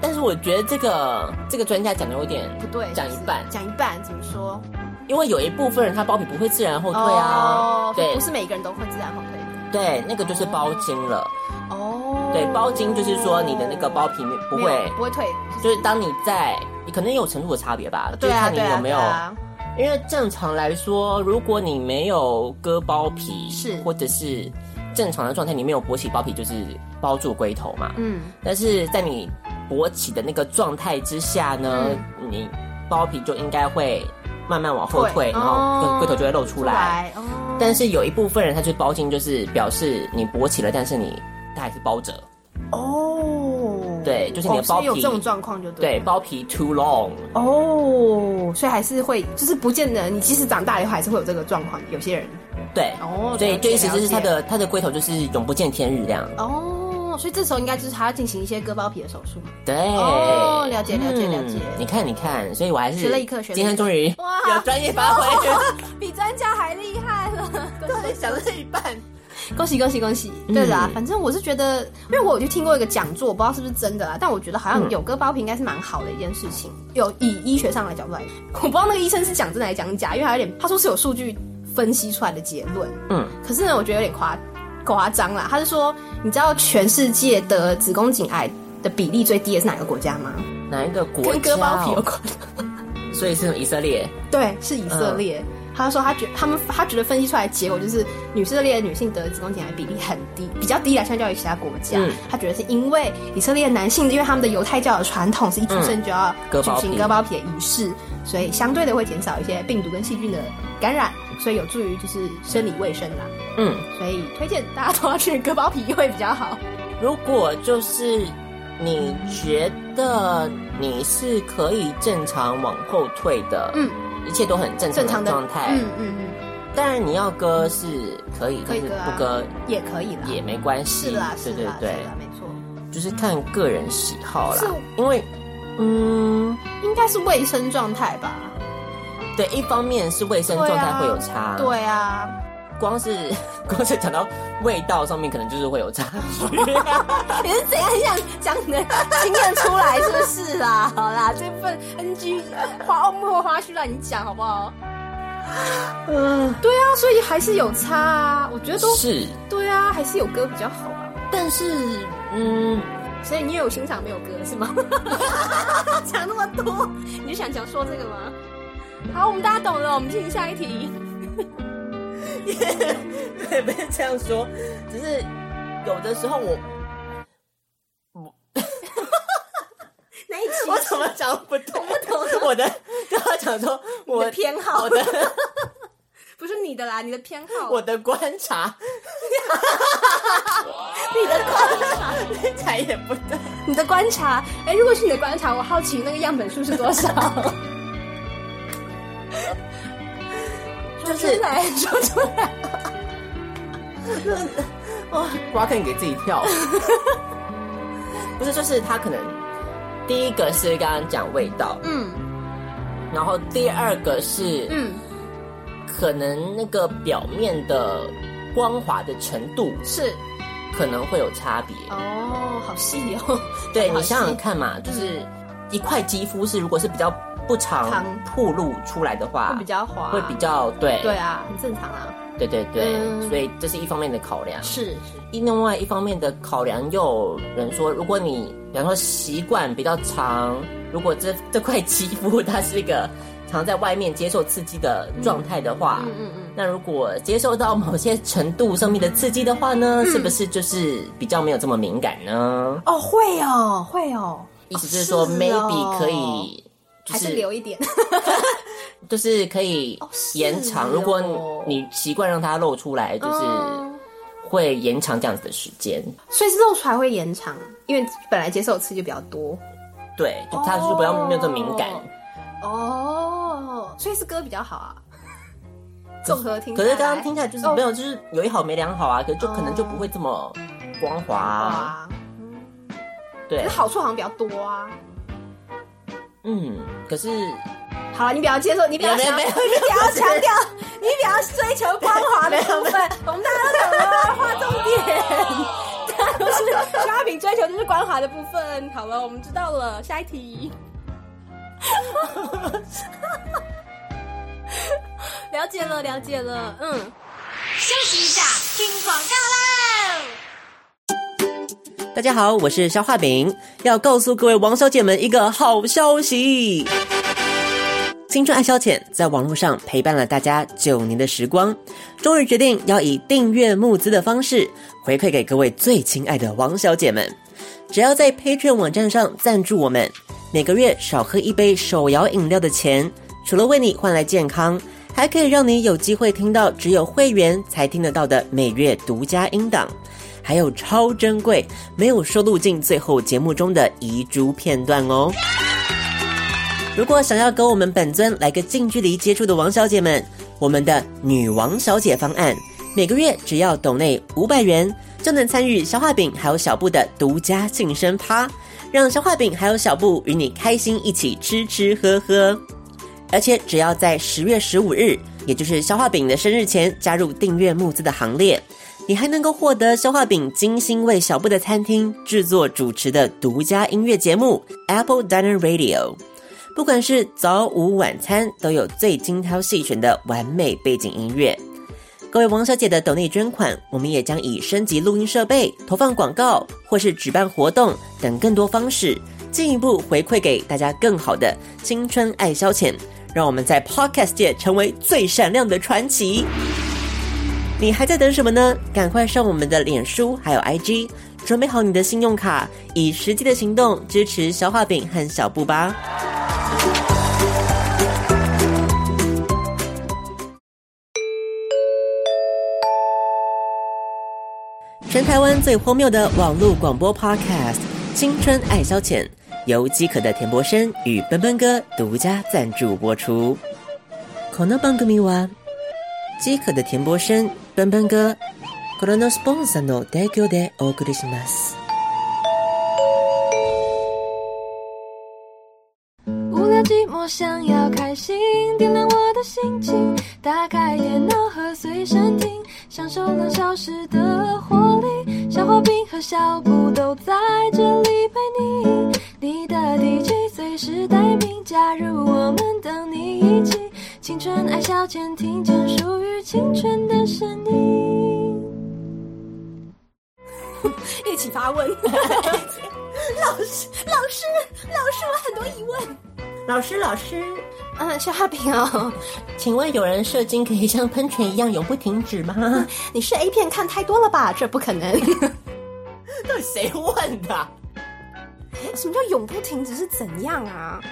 Speaker 1: 但是我觉得这个这个专家讲的有点
Speaker 2: 不对，
Speaker 1: 讲一半
Speaker 2: 就是讲一半怎么说？
Speaker 1: 因为有一部分人他包皮不会自然后退啊，
Speaker 2: 哦
Speaker 1: 对
Speaker 2: 不是每个人都会自然后退的。
Speaker 1: 对，那个就是包茎了。
Speaker 2: 哦，
Speaker 1: 对，包茎就是说你的那个包皮不
Speaker 2: 没有
Speaker 1: 会，
Speaker 2: 不会退，
Speaker 1: 就是当你在，你可能也有程度的差别吧，就
Speaker 2: 对
Speaker 1: 是
Speaker 2: 啊
Speaker 1: 看你
Speaker 2: 对啊
Speaker 1: 有没有
Speaker 2: 对。啊
Speaker 1: 因为正常来说，如果你没有割包皮，
Speaker 2: 是
Speaker 1: 或者是正常的状态，你没有勃起包皮，就是包住龟头嘛。
Speaker 2: 嗯，
Speaker 1: 但是在你勃起的那个状态之下呢，你包皮就应该会慢慢往后退，
Speaker 2: 嗯退
Speaker 1: 然后
Speaker 2: 哦
Speaker 1: 龟龟头就会露出
Speaker 2: 出
Speaker 1: 来。
Speaker 2: 来哦，
Speaker 1: 但是有一部分人他就是包茎，就是表示你勃起了，但是你他还是包着，
Speaker 2: 哦，
Speaker 1: 对就是你的
Speaker 2: 哦所以
Speaker 1: 包
Speaker 2: 有
Speaker 1: 皮
Speaker 2: 这种状况就对
Speaker 1: 对，
Speaker 2: 了。
Speaker 1: 包皮 too long，
Speaker 2: 哦，所以还是会，就是不见得你即使长大以后还是会有这个状况，有些人
Speaker 1: 对，
Speaker 2: 哦
Speaker 1: 所以
Speaker 2: 了解
Speaker 1: 就意思就是他
Speaker 2: 了解
Speaker 1: 的他的龟头就是永不见天日这样，
Speaker 2: 哦，所以这时候应该就是还要进行一些割包皮的手术嘛。
Speaker 1: 对，
Speaker 2: 哦了解了解
Speaker 1: 嗯
Speaker 2: 了解
Speaker 1: 你看你看，所以我还是
Speaker 2: 学了一课学了一课
Speaker 1: 今天终于
Speaker 2: 哇
Speaker 1: 有专业发 挥，
Speaker 2: 比专家还厉 害了，对，
Speaker 1: 想到这一半，
Speaker 2: 恭喜恭喜恭喜！
Speaker 1: 嗯
Speaker 2: 对啦，反正我是觉得，因为我有去听过一个讲座，我不知道是不是真的啦，但我觉得好像有割包皮应该是蛮好的一件事情。
Speaker 1: 嗯
Speaker 2: 有以医学上来角度来，我不知道那个医生是讲真的还是讲假，因为他有点他说是有数据分析出来的结论，
Speaker 1: 嗯，
Speaker 2: 可是呢，我觉得有点夸夸张啦。他是说，你知道全世界的子宫颈癌的比例最低的是哪个国家吗？
Speaker 1: 哪一个国
Speaker 2: 跟割包皮
Speaker 1: 家
Speaker 2: 有
Speaker 1: 哦？
Speaker 2: 关。
Speaker 1: 所以是以色列，
Speaker 2: 对，是以色列。
Speaker 1: 嗯
Speaker 2: 他说他觉他们他觉得分析出来的结果就是，以色列的女性得子宫颈癌比例很低，比较低啦，相较于其他国家。
Speaker 1: 嗯
Speaker 2: 他觉得是因为以色列的男性，因为他们的犹太教的传统是一出生就要
Speaker 1: 嗯割
Speaker 2: 举
Speaker 1: 包
Speaker 2: 行
Speaker 1: 皮
Speaker 2: 割包皮的仪式，所以相对的会减少一些病毒跟细菌的感染，所以有助于就是生理卫生啦。
Speaker 1: 嗯，
Speaker 2: 所以推荐大家都要去割包皮会比较好。
Speaker 1: 如果就是你觉得你是可以正常往后退的，
Speaker 2: 嗯，
Speaker 1: 一切都很正
Speaker 2: 正
Speaker 1: 常
Speaker 2: 常
Speaker 1: 的
Speaker 2: 的
Speaker 1: 状态，
Speaker 2: 嗯嗯嗯，
Speaker 1: 当然你要割是可以，
Speaker 2: 可
Speaker 1: 但
Speaker 2: 以割
Speaker 1: 是
Speaker 2: 啊
Speaker 1: 不割
Speaker 2: 也可以啦。
Speaker 1: 也没关系，
Speaker 2: 是啦，
Speaker 1: 对
Speaker 2: 是
Speaker 1: 对
Speaker 2: 啦，
Speaker 1: 对，
Speaker 2: 是啦，没错。
Speaker 1: 就是看个人喜好啦
Speaker 2: 是，
Speaker 1: 因为嗯。
Speaker 2: 应该是卫生状态吧？
Speaker 1: 对，一方面是卫生状态会有差，
Speaker 2: 对啊，
Speaker 1: 光是 光是讲到味道上面，可能就是会有 差距。
Speaker 2: 你是怎样想讲你的经验出来是不是啦？好啦，这份 NG 花幕后花絮让你讲好不好？嗯，对啊，所以还是有差啊，我觉得都
Speaker 1: 是，
Speaker 2: 对啊，还是有歌比较好啊。
Speaker 1: 但是嗯，
Speaker 2: 所以你也有欣赏没有歌是吗？ 讲那么多，你就想想说这个吗？好，我们大家懂了，我们进行下一题。
Speaker 1: 也不是这样说，只是有的时候我
Speaker 2: 哪一 期？
Speaker 1: 我怎么讲不懂，不懂 我的就要讲说我
Speaker 2: 你的偏好
Speaker 1: 我的
Speaker 2: 不是你的啦，你的偏好。
Speaker 1: 我的观 察，你的观察 才也不对，
Speaker 2: 你的观察，哎、如果是你的观察，我好奇那个样本数是多少？
Speaker 1: 就
Speaker 2: 说
Speaker 1: 是
Speaker 2: 出来，说出来。
Speaker 1: 哇，瓜坑给自己跳。不是，就是他可能第一个是刚刚讲味道，
Speaker 2: 嗯
Speaker 1: 然后第二个是
Speaker 2: 嗯，
Speaker 1: 可能那个表面的光滑的程度
Speaker 2: 是
Speaker 1: 可能会有差别。
Speaker 2: 哦，好细哦。
Speaker 1: 对
Speaker 2: 好嗯
Speaker 1: 你
Speaker 2: 细
Speaker 1: 想想看嘛，就是一块肌肤是如果是比较不常
Speaker 2: 常
Speaker 1: 暴露出来的话，
Speaker 2: 啊会比较滑，
Speaker 1: 会比较对
Speaker 2: 对啊，很正常啊。
Speaker 1: 对对对
Speaker 2: 嗯
Speaker 1: 所以这是一方面的考量。
Speaker 2: 是是，
Speaker 1: 另外一方面的考量，又有人说，如果你比方说习惯比较长，如果这这块肌肤它是一个常在外面接受刺激的状态的话，
Speaker 2: 嗯嗯嗯，
Speaker 1: 那如果接受到某些程度上面的刺激的话呢，是不是就是比较没有这么敏感呢？
Speaker 2: 哦，会哦，会哦，
Speaker 1: 意思就是说
Speaker 2: 是哦
Speaker 1: ，maybe 可以，就
Speaker 2: 还
Speaker 1: 是
Speaker 2: 是留一点。
Speaker 1: 就是可以
Speaker 2: 是
Speaker 1: 延长。
Speaker 2: 哦
Speaker 1: 如果你习惯让它露出来，就是
Speaker 2: 嗯
Speaker 1: 会延长这样子的时间。
Speaker 2: 所以是露出来会延长，因为本来接受的刺激比较多。
Speaker 1: 对，就它就不要没有这么敏感。
Speaker 2: 哦哦，所以是歌比较好啊。 综合听下
Speaker 1: 可
Speaker 2: 来，
Speaker 1: 是刚刚听起来就是
Speaker 2: 哦
Speaker 1: 没有，就是有一好没两好啊，可就可能就不会这么光滑、啊。
Speaker 2: 哇，
Speaker 1: 对
Speaker 2: 可是，好处好像比较多啊。
Speaker 1: 嗯，可是
Speaker 2: 好了，你比较接受，你比较
Speaker 1: 没有
Speaker 2: 强，
Speaker 1: 没有没有
Speaker 2: 你比较强调，你比较追求光滑的部分，我们大家都懂了，划重点。大家都是徐阿平追求就是光滑的部分。好了，我们知道了，下一题。了解了，了解了，嗯。
Speaker 5: 休息一下，听广告喽。
Speaker 1: 大家好，我是消化饼，要告诉各位王小姐们一个好消息。青春爱消遣在网络上陪伴了大家九年的时光，终于决定要以订阅募资的方式回馈给各位最亲爱的王小姐们。只要在 Patreon 网站上赞助我们，每个月少喝一杯手摇饮料的钱，除了为你换来健康，还可以让你有机会听到只有会员才听得到的每月独家音档。还有超珍贵、没有收录进最后节目中的遗珠片段哦。如果想要跟我们本尊来个近距离接触的王小姐们，我们的女王小姐方案，每个月只要抖内五百元，就能参与消化饼还有小布的独家庆生趴，让消化饼还有小布与你开心一起吃吃喝喝。而且只要在十月十五日，也就是消化饼的生日前加入订阅募资的行列，你还能够获得消化饼精心为小布的餐厅制作主持的独家音乐节目 Apple Diner Radio。不管是早午晚餐，都有最精挑细选的完美背景音乐。各位王小姐的抖内捐款，我们也将以升级录音设备、投放广告或是举办活动等更多方式，进一步回馈给大家更好的青春爱消遣，让我们在 Podcast 界成为最闪亮的传奇。你还在等什么呢？赶快上我们的脸书还有 IG，准备好你的信用卡，以实际的行动支持消化饼和小布吧。全台湾最荒谬的网络广播 Podcast《青春爱消遣》，由饥渴的田伯生与奔奔哥独家赞助播出。この番組は饥渴的田伯生、奔奔哥、コロナスポンサーの提供でお送りします。
Speaker 6: 无聊寂寞，想要开心，点亮我的心情。打开电脑和随身听，享受两小时的活力。小花瓶和小布都在这里陪你，你的 DJ 随时待命，加入我们，等你一起。青春爱消遣，听见属于青春的声音。
Speaker 2: 一起发问。老师，老师，老师，我很多疑问。
Speaker 1: 老师，老师，啊
Speaker 2: 嗯，小哈饼哦，
Speaker 1: 请问有人射精可以像喷泉一样永不停止吗？
Speaker 2: 你是 A 片看太多了吧？这不可能。
Speaker 1: 到底谁问的啊？
Speaker 2: 什么叫永不停止是怎样啊？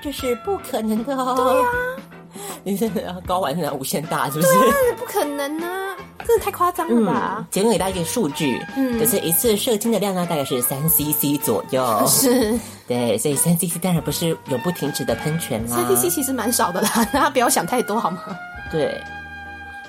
Speaker 1: 这是不可能的哦。对呀、 你真的要睾丸真的无限大，是不是？
Speaker 2: 那不可能啊！真的太夸张了吧
Speaker 1: 嗯？，提供给大家一个数据，嗯，就是一次射精的量啊呢，大概是三 CC 左右。
Speaker 2: 是
Speaker 1: 对，所以三 CC 当然不是永不停止的喷泉啊啦。
Speaker 2: 三 D C 其实蛮少的啦，大家不要想太多好吗？
Speaker 1: 对，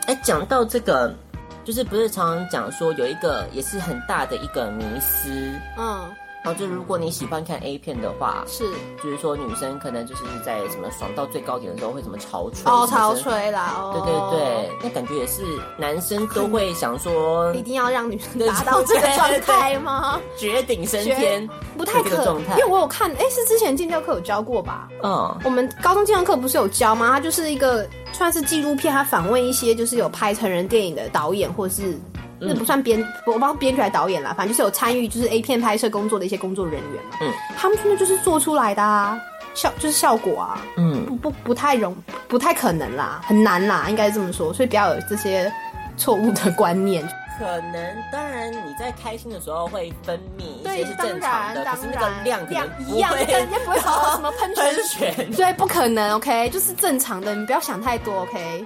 Speaker 1: 哎，讲到这个，就是不是常常讲说有一个也是很大的一个迷思，
Speaker 2: 嗯，
Speaker 1: 然后就是如果你喜欢看 A 片的话，
Speaker 2: 是
Speaker 1: 就是说女生可能就是在什么爽到最高点的时候会什么潮吹，
Speaker 2: 哦，
Speaker 1: 什么
Speaker 2: 潮
Speaker 1: 之类的
Speaker 2: 吹啦，
Speaker 1: 对
Speaker 2: 哦，
Speaker 1: 对对，那感觉也是男生都会想说
Speaker 2: 一定要让女生
Speaker 1: 对
Speaker 2: 达到这个
Speaker 1: 对
Speaker 2: 状
Speaker 1: 对
Speaker 2: 态吗？
Speaker 1: 绝顶升天，
Speaker 2: 不太
Speaker 1: 有这个
Speaker 2: 可
Speaker 1: 状态
Speaker 2: 因为。我有看，哎，是之前建教课有教过吧？
Speaker 1: 嗯，
Speaker 2: 我们高中健康课不是有教吗？它就是一个算是纪录片，它访问一些就是有拍成人电影的导演，或是
Speaker 1: 嗯
Speaker 2: 那不算编，我帮编剧还导演啦，反正就是有参与就是 A 片拍摄工作的一些工作人员嘛。
Speaker 1: 嗯，
Speaker 2: 他们真的就是做出来的啊，效就是效果啊，
Speaker 1: 嗯
Speaker 2: 不不不太容不太可能啦，很难啦，应该这么说，所以不要有这些错误的观念。
Speaker 1: 可能当然你在开心的时候会分泌一
Speaker 2: 对
Speaker 1: 些是，
Speaker 2: 当
Speaker 1: 正常
Speaker 2: 然
Speaker 1: 的，
Speaker 2: 当
Speaker 1: 可是那个
Speaker 2: 然
Speaker 1: 量可能不
Speaker 2: 一样，
Speaker 1: 会
Speaker 2: 人家不会什么什么喷泉
Speaker 1: 喷泉。
Speaker 2: 对，不可能，OK，就是正常的，你不要想太多，OK。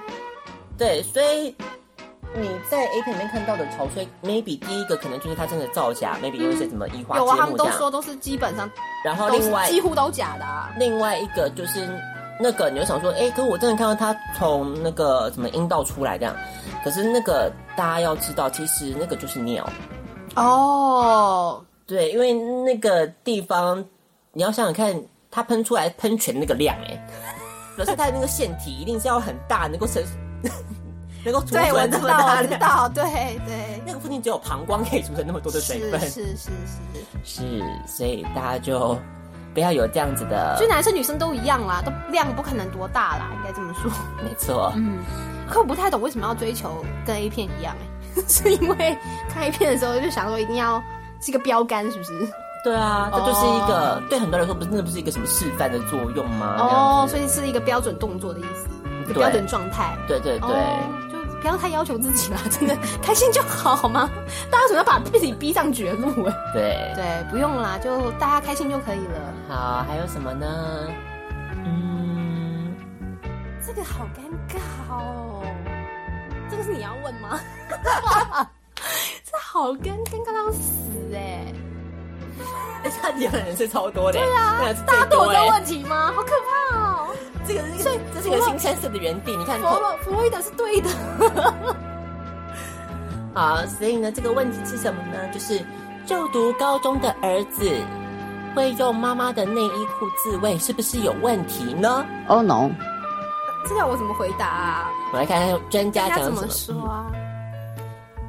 Speaker 1: 对，所以你在 A 片里面看到的潮吹，maybe 第一个可能就是它真的造假，maybe 有一些什么移花
Speaker 2: 有啊，
Speaker 1: 接
Speaker 2: 他
Speaker 1: 木
Speaker 2: 们
Speaker 1: 这
Speaker 2: 都
Speaker 1: 样。
Speaker 2: 说都是基本上
Speaker 1: 然后
Speaker 2: 都
Speaker 1: 哦另
Speaker 2: 是
Speaker 1: 外
Speaker 2: 几乎都假的、啊。
Speaker 1: 另外一个就是那个，你就想说，哎、可是我真的看到他从那个什么阴道出来这样，可是那个大家要知道，其实那个就是尿，
Speaker 2: 哦，
Speaker 1: 对，因为那个地方你要想想看，它喷出来喷泉那个量、哎，可是它的那个腺体一定是要很大，能够承， 能够储
Speaker 2: 对，我
Speaker 1: 存
Speaker 2: 知
Speaker 1: 这么
Speaker 2: 道，
Speaker 1: 大
Speaker 2: 我知
Speaker 1: 量。
Speaker 2: 道，对对，
Speaker 1: 那个附近只有膀胱可以储存那么多的水
Speaker 2: 是
Speaker 1: 分，
Speaker 2: 是是是，
Speaker 1: 是，所以大家就不要有这样子的
Speaker 2: 所以，男生女生都一样啦，都量不可能多大啦，应该这么说。
Speaker 1: 没错，
Speaker 2: 嗯，可我不太懂为什么要追求跟 A 片一样、欸， 是因为看 A 片的时候就想说一定要是一个标杆，是不是？
Speaker 1: 对啊，这就是一个、对很多人说不是那不是一个什么示范的作用吗？这样
Speaker 2: 哦，所以是一个标准动作的意思，一个标准状态。
Speaker 1: 子对对对，
Speaker 2: 哦，就不要太要求自己啦， 真的开心就好，好吗？大家总要把自己逼上绝路哎、
Speaker 1: 对，
Speaker 2: 对，不用啦，就大家开心就可以了。
Speaker 1: 好，还有什么呢？嗯，
Speaker 2: 这个好尴尬哦，这个是你要问吗？ 这好尴尴尬到死哎、
Speaker 1: 他讲的人是超多的，对啊
Speaker 2: 大家都有这个问题吗？好可怕哦！
Speaker 1: 这个是这是一个新生死的原地，你看
Speaker 2: 弗洛弗洛伊德是对的，
Speaker 1: 好，所以呢，这个问题是什么呢？就是就读高中的儿子会用妈妈的内衣裤自慰，是不是有问题呢？
Speaker 7: Oh no！
Speaker 2: 这个我怎么回答啊？
Speaker 1: 我们来看看专家
Speaker 2: 人家
Speaker 1: 讲
Speaker 2: 怎
Speaker 1: 什
Speaker 2: 么
Speaker 1: 么。
Speaker 2: 说啊？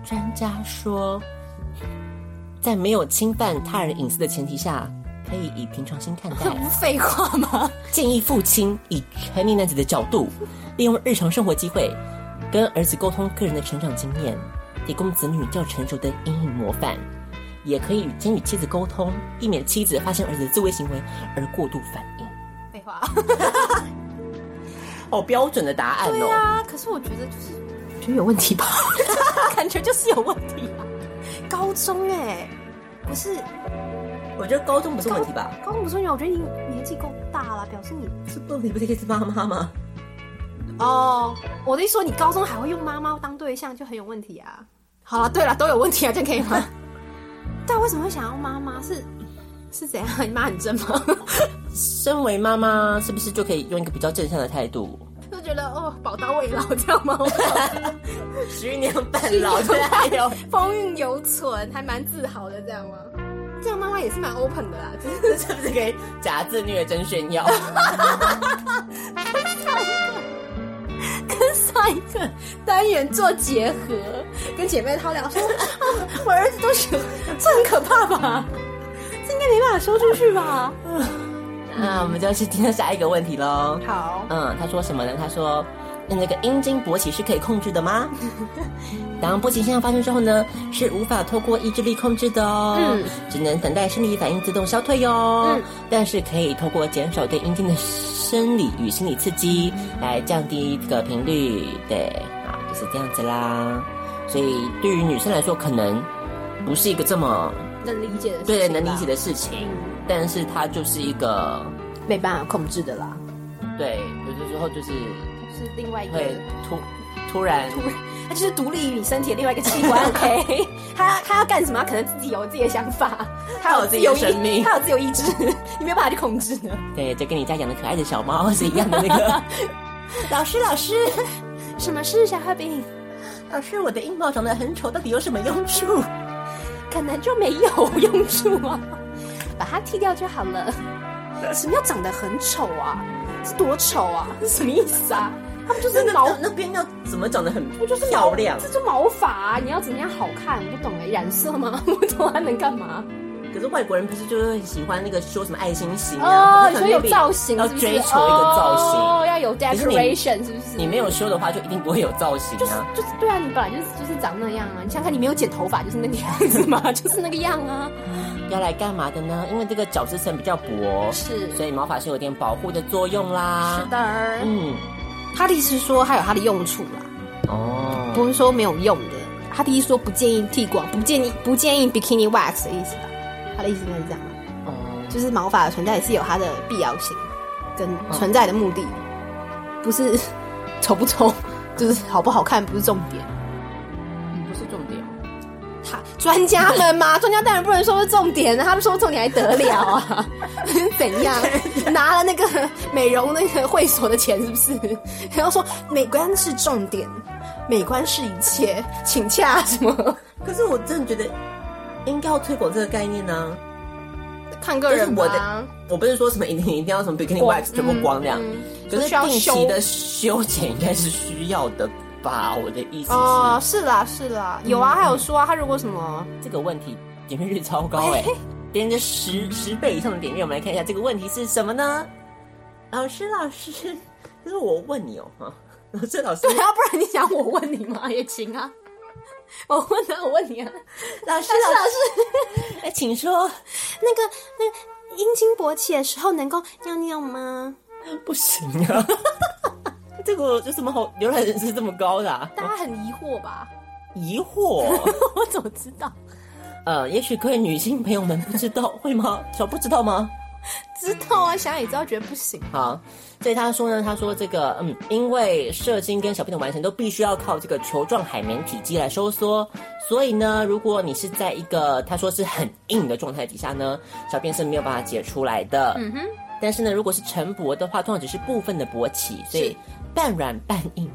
Speaker 1: 专家说，在没有侵犯他人隐私的前提下，可以以平常心看待
Speaker 2: 这。 不废话吗？
Speaker 1: 建议父亲以成年男子的角度，利用日常生活机会，跟儿子沟通个人的成长经验，提供子女较成熟的阴影模范。也可以先与妻子沟通，避免妻子发现儿子的自慰行为而过度反应。
Speaker 2: 废 话。
Speaker 1: 哦，标准的答案哦
Speaker 2: 对啊，可是我觉得就是觉得有问题吧， 感觉就是有问题、啊。高中哎、不是
Speaker 1: 我觉得高中不是问题吧？
Speaker 2: 高中不重要，我觉得你年纪够大了，表示你
Speaker 1: 是问题不是应该是妈妈吗？
Speaker 2: 哦，我的意思说你高中还会用妈妈当对象，就很有问题啊。好了，对了，都有问题啊，这样可以 吗？但为什么会想要妈妈？是是怎样？ 你妈很正吗？
Speaker 1: 身为妈妈，是不是就可以用一个比较正向的态度？
Speaker 2: 就觉得哦，宝刀未老，这样吗？
Speaker 1: 十年半老，对啊，有
Speaker 2: 风韵犹存，还蛮自豪的，这样吗？这样妈妈也是蛮 open 的啦，就是
Speaker 1: 是不是可以假自虐真炫 耀？
Speaker 2: 跟上一个单元做结合，跟姐妹掏 聊说，啊，我儿子都学，这很可怕吧？这应该没办法说出去吧？
Speaker 1: 那我们就去听下一个问题喽。
Speaker 2: 好，
Speaker 1: 嗯，他说什么呢？他说，那个阴茎勃起是可以控制的 吗？当勃起现象发生之后呢，是无法透过意志力控制的哦，
Speaker 2: 嗯
Speaker 1: 只能等待生理反应自动消退哟、但是可以透过减少对阴茎的生理与心理刺激
Speaker 2: 嗯
Speaker 1: 来降低这个频率，对，啊，就是这样子啦。所以对于女生来说，可能不是一个这么
Speaker 2: 能理解的事情吧，嗯
Speaker 1: 对能理解的事情，但是它就是一个
Speaker 2: 没办法控制的啦，
Speaker 1: 对，有的时候就是
Speaker 2: 是另外一个
Speaker 1: 会突突然
Speaker 2: 它 就是独立于你身体的另外一个器官，OK？它 它要干什么？它可能自己有自己的想法，它
Speaker 1: 有自己的生命
Speaker 2: 它有自由意志，你没有办法去控制的。
Speaker 1: 对，就跟你家养的可爱的小猫 是一样的那个。老师，老师，
Speaker 2: 什么是小花饼？
Speaker 1: 老师，我的阴毛长得很丑，到底有什么用处？
Speaker 2: 可能就没有 用处啊，把它剃掉就好 了。什么叫长得很丑啊？是多丑啊？是什么意思啊？它不就是毛？
Speaker 1: 那边要怎么长得很
Speaker 2: 不就是毛
Speaker 1: 漂亮？
Speaker 2: 这就毛发、啊，你要怎么样好看？我不懂哎、染色吗？ 我不懂它能干嘛？
Speaker 1: 可是外国人不是就是很喜欢那个修什么爱心型啊？可
Speaker 2: 哦，你
Speaker 1: 是
Speaker 2: 说
Speaker 1: 很
Speaker 2: 有
Speaker 1: 努力
Speaker 2: 造型
Speaker 1: 要
Speaker 2: 是不是
Speaker 1: 追求一个造型。
Speaker 2: 哦，要有
Speaker 1: 是你
Speaker 2: decoration 是不是？
Speaker 1: 你没有修的话，就一定不会有造型啊。
Speaker 2: 就是对啊，你本来就是就是长那样啊。你想想看，你没有剪头发就是那个样子嘛， 就是那个样啊。
Speaker 1: 要来干嘛的呢？因为这个角质层比较薄，
Speaker 2: 是
Speaker 1: 所以毛发是有点保护的作用啦。
Speaker 2: 的儿
Speaker 1: 嗯，
Speaker 2: 他的意思是说它有它的用处啦，
Speaker 1: 哦，
Speaker 2: 不是说没有用的。他的意思说不建议剃光，不建议不建议 bikini wax 的意思吧？他的意思应该是这样吧，啊
Speaker 1: 哦，
Speaker 2: 就是毛发的存在也是有它的必要性跟存在的目的，不是 丑不丑，就是好不好看不是重点。
Speaker 1: 不是重点。
Speaker 2: 他专家们 嘛，专家当然不能说是重点，他们说重点还得了啊？ 怎 样？拿了那个美容那个会所的钱是不是？然后说美观是重点，美观是一切，请假什么？
Speaker 1: 可是我真的觉得应该要推广这个概念啊呢、
Speaker 2: 看
Speaker 1: 就
Speaker 2: 个
Speaker 1: 是
Speaker 2: 人吧。
Speaker 1: 我的，我不是说什么一定一定要什么 bikini wax 全部光亮，可是
Speaker 2: 嗯需要
Speaker 1: 定期
Speaker 2: 修
Speaker 1: 的修剪应该是需要的吧？我的意思是，
Speaker 2: 哦嗯哦，是啦是啦，有啊，还有说啊，他如果什么
Speaker 1: 这个问题点阅率超高哎、连着十十倍以上的点阅，我们来看一下这个问题是什么呢？老师，老师， 这是我问你哦，哈， 老师，老师，
Speaker 2: 对 啊，不然你想我问你吗？也行啊。我问啊，我问你啊，
Speaker 1: 老师，老师， 哎，请说，
Speaker 2: 那个那阴茎勃起的时候能够尿尿吗？
Speaker 1: 不行啊， 这个有什么好浏览人次这么高的、啊？
Speaker 2: 大家很疑惑吧？
Speaker 1: 疑惑，
Speaker 2: 我怎么知道？
Speaker 1: 呃，也许各位女性朋友们不知道，会 吗？小布知道吗？
Speaker 2: 知道啊，想也知道，觉得不行。
Speaker 1: 好，所以他说呢，他说这个，嗯，因为射精跟小便的完成都必须要靠这个球状海绵体积来收缩，所以呢，如果你是在一个他说是很硬的状态底下呢，小便是没有办法解出来的。嗯哼。但是呢，如果是晨勃的话，通常只是部分的勃起，所以半软半硬。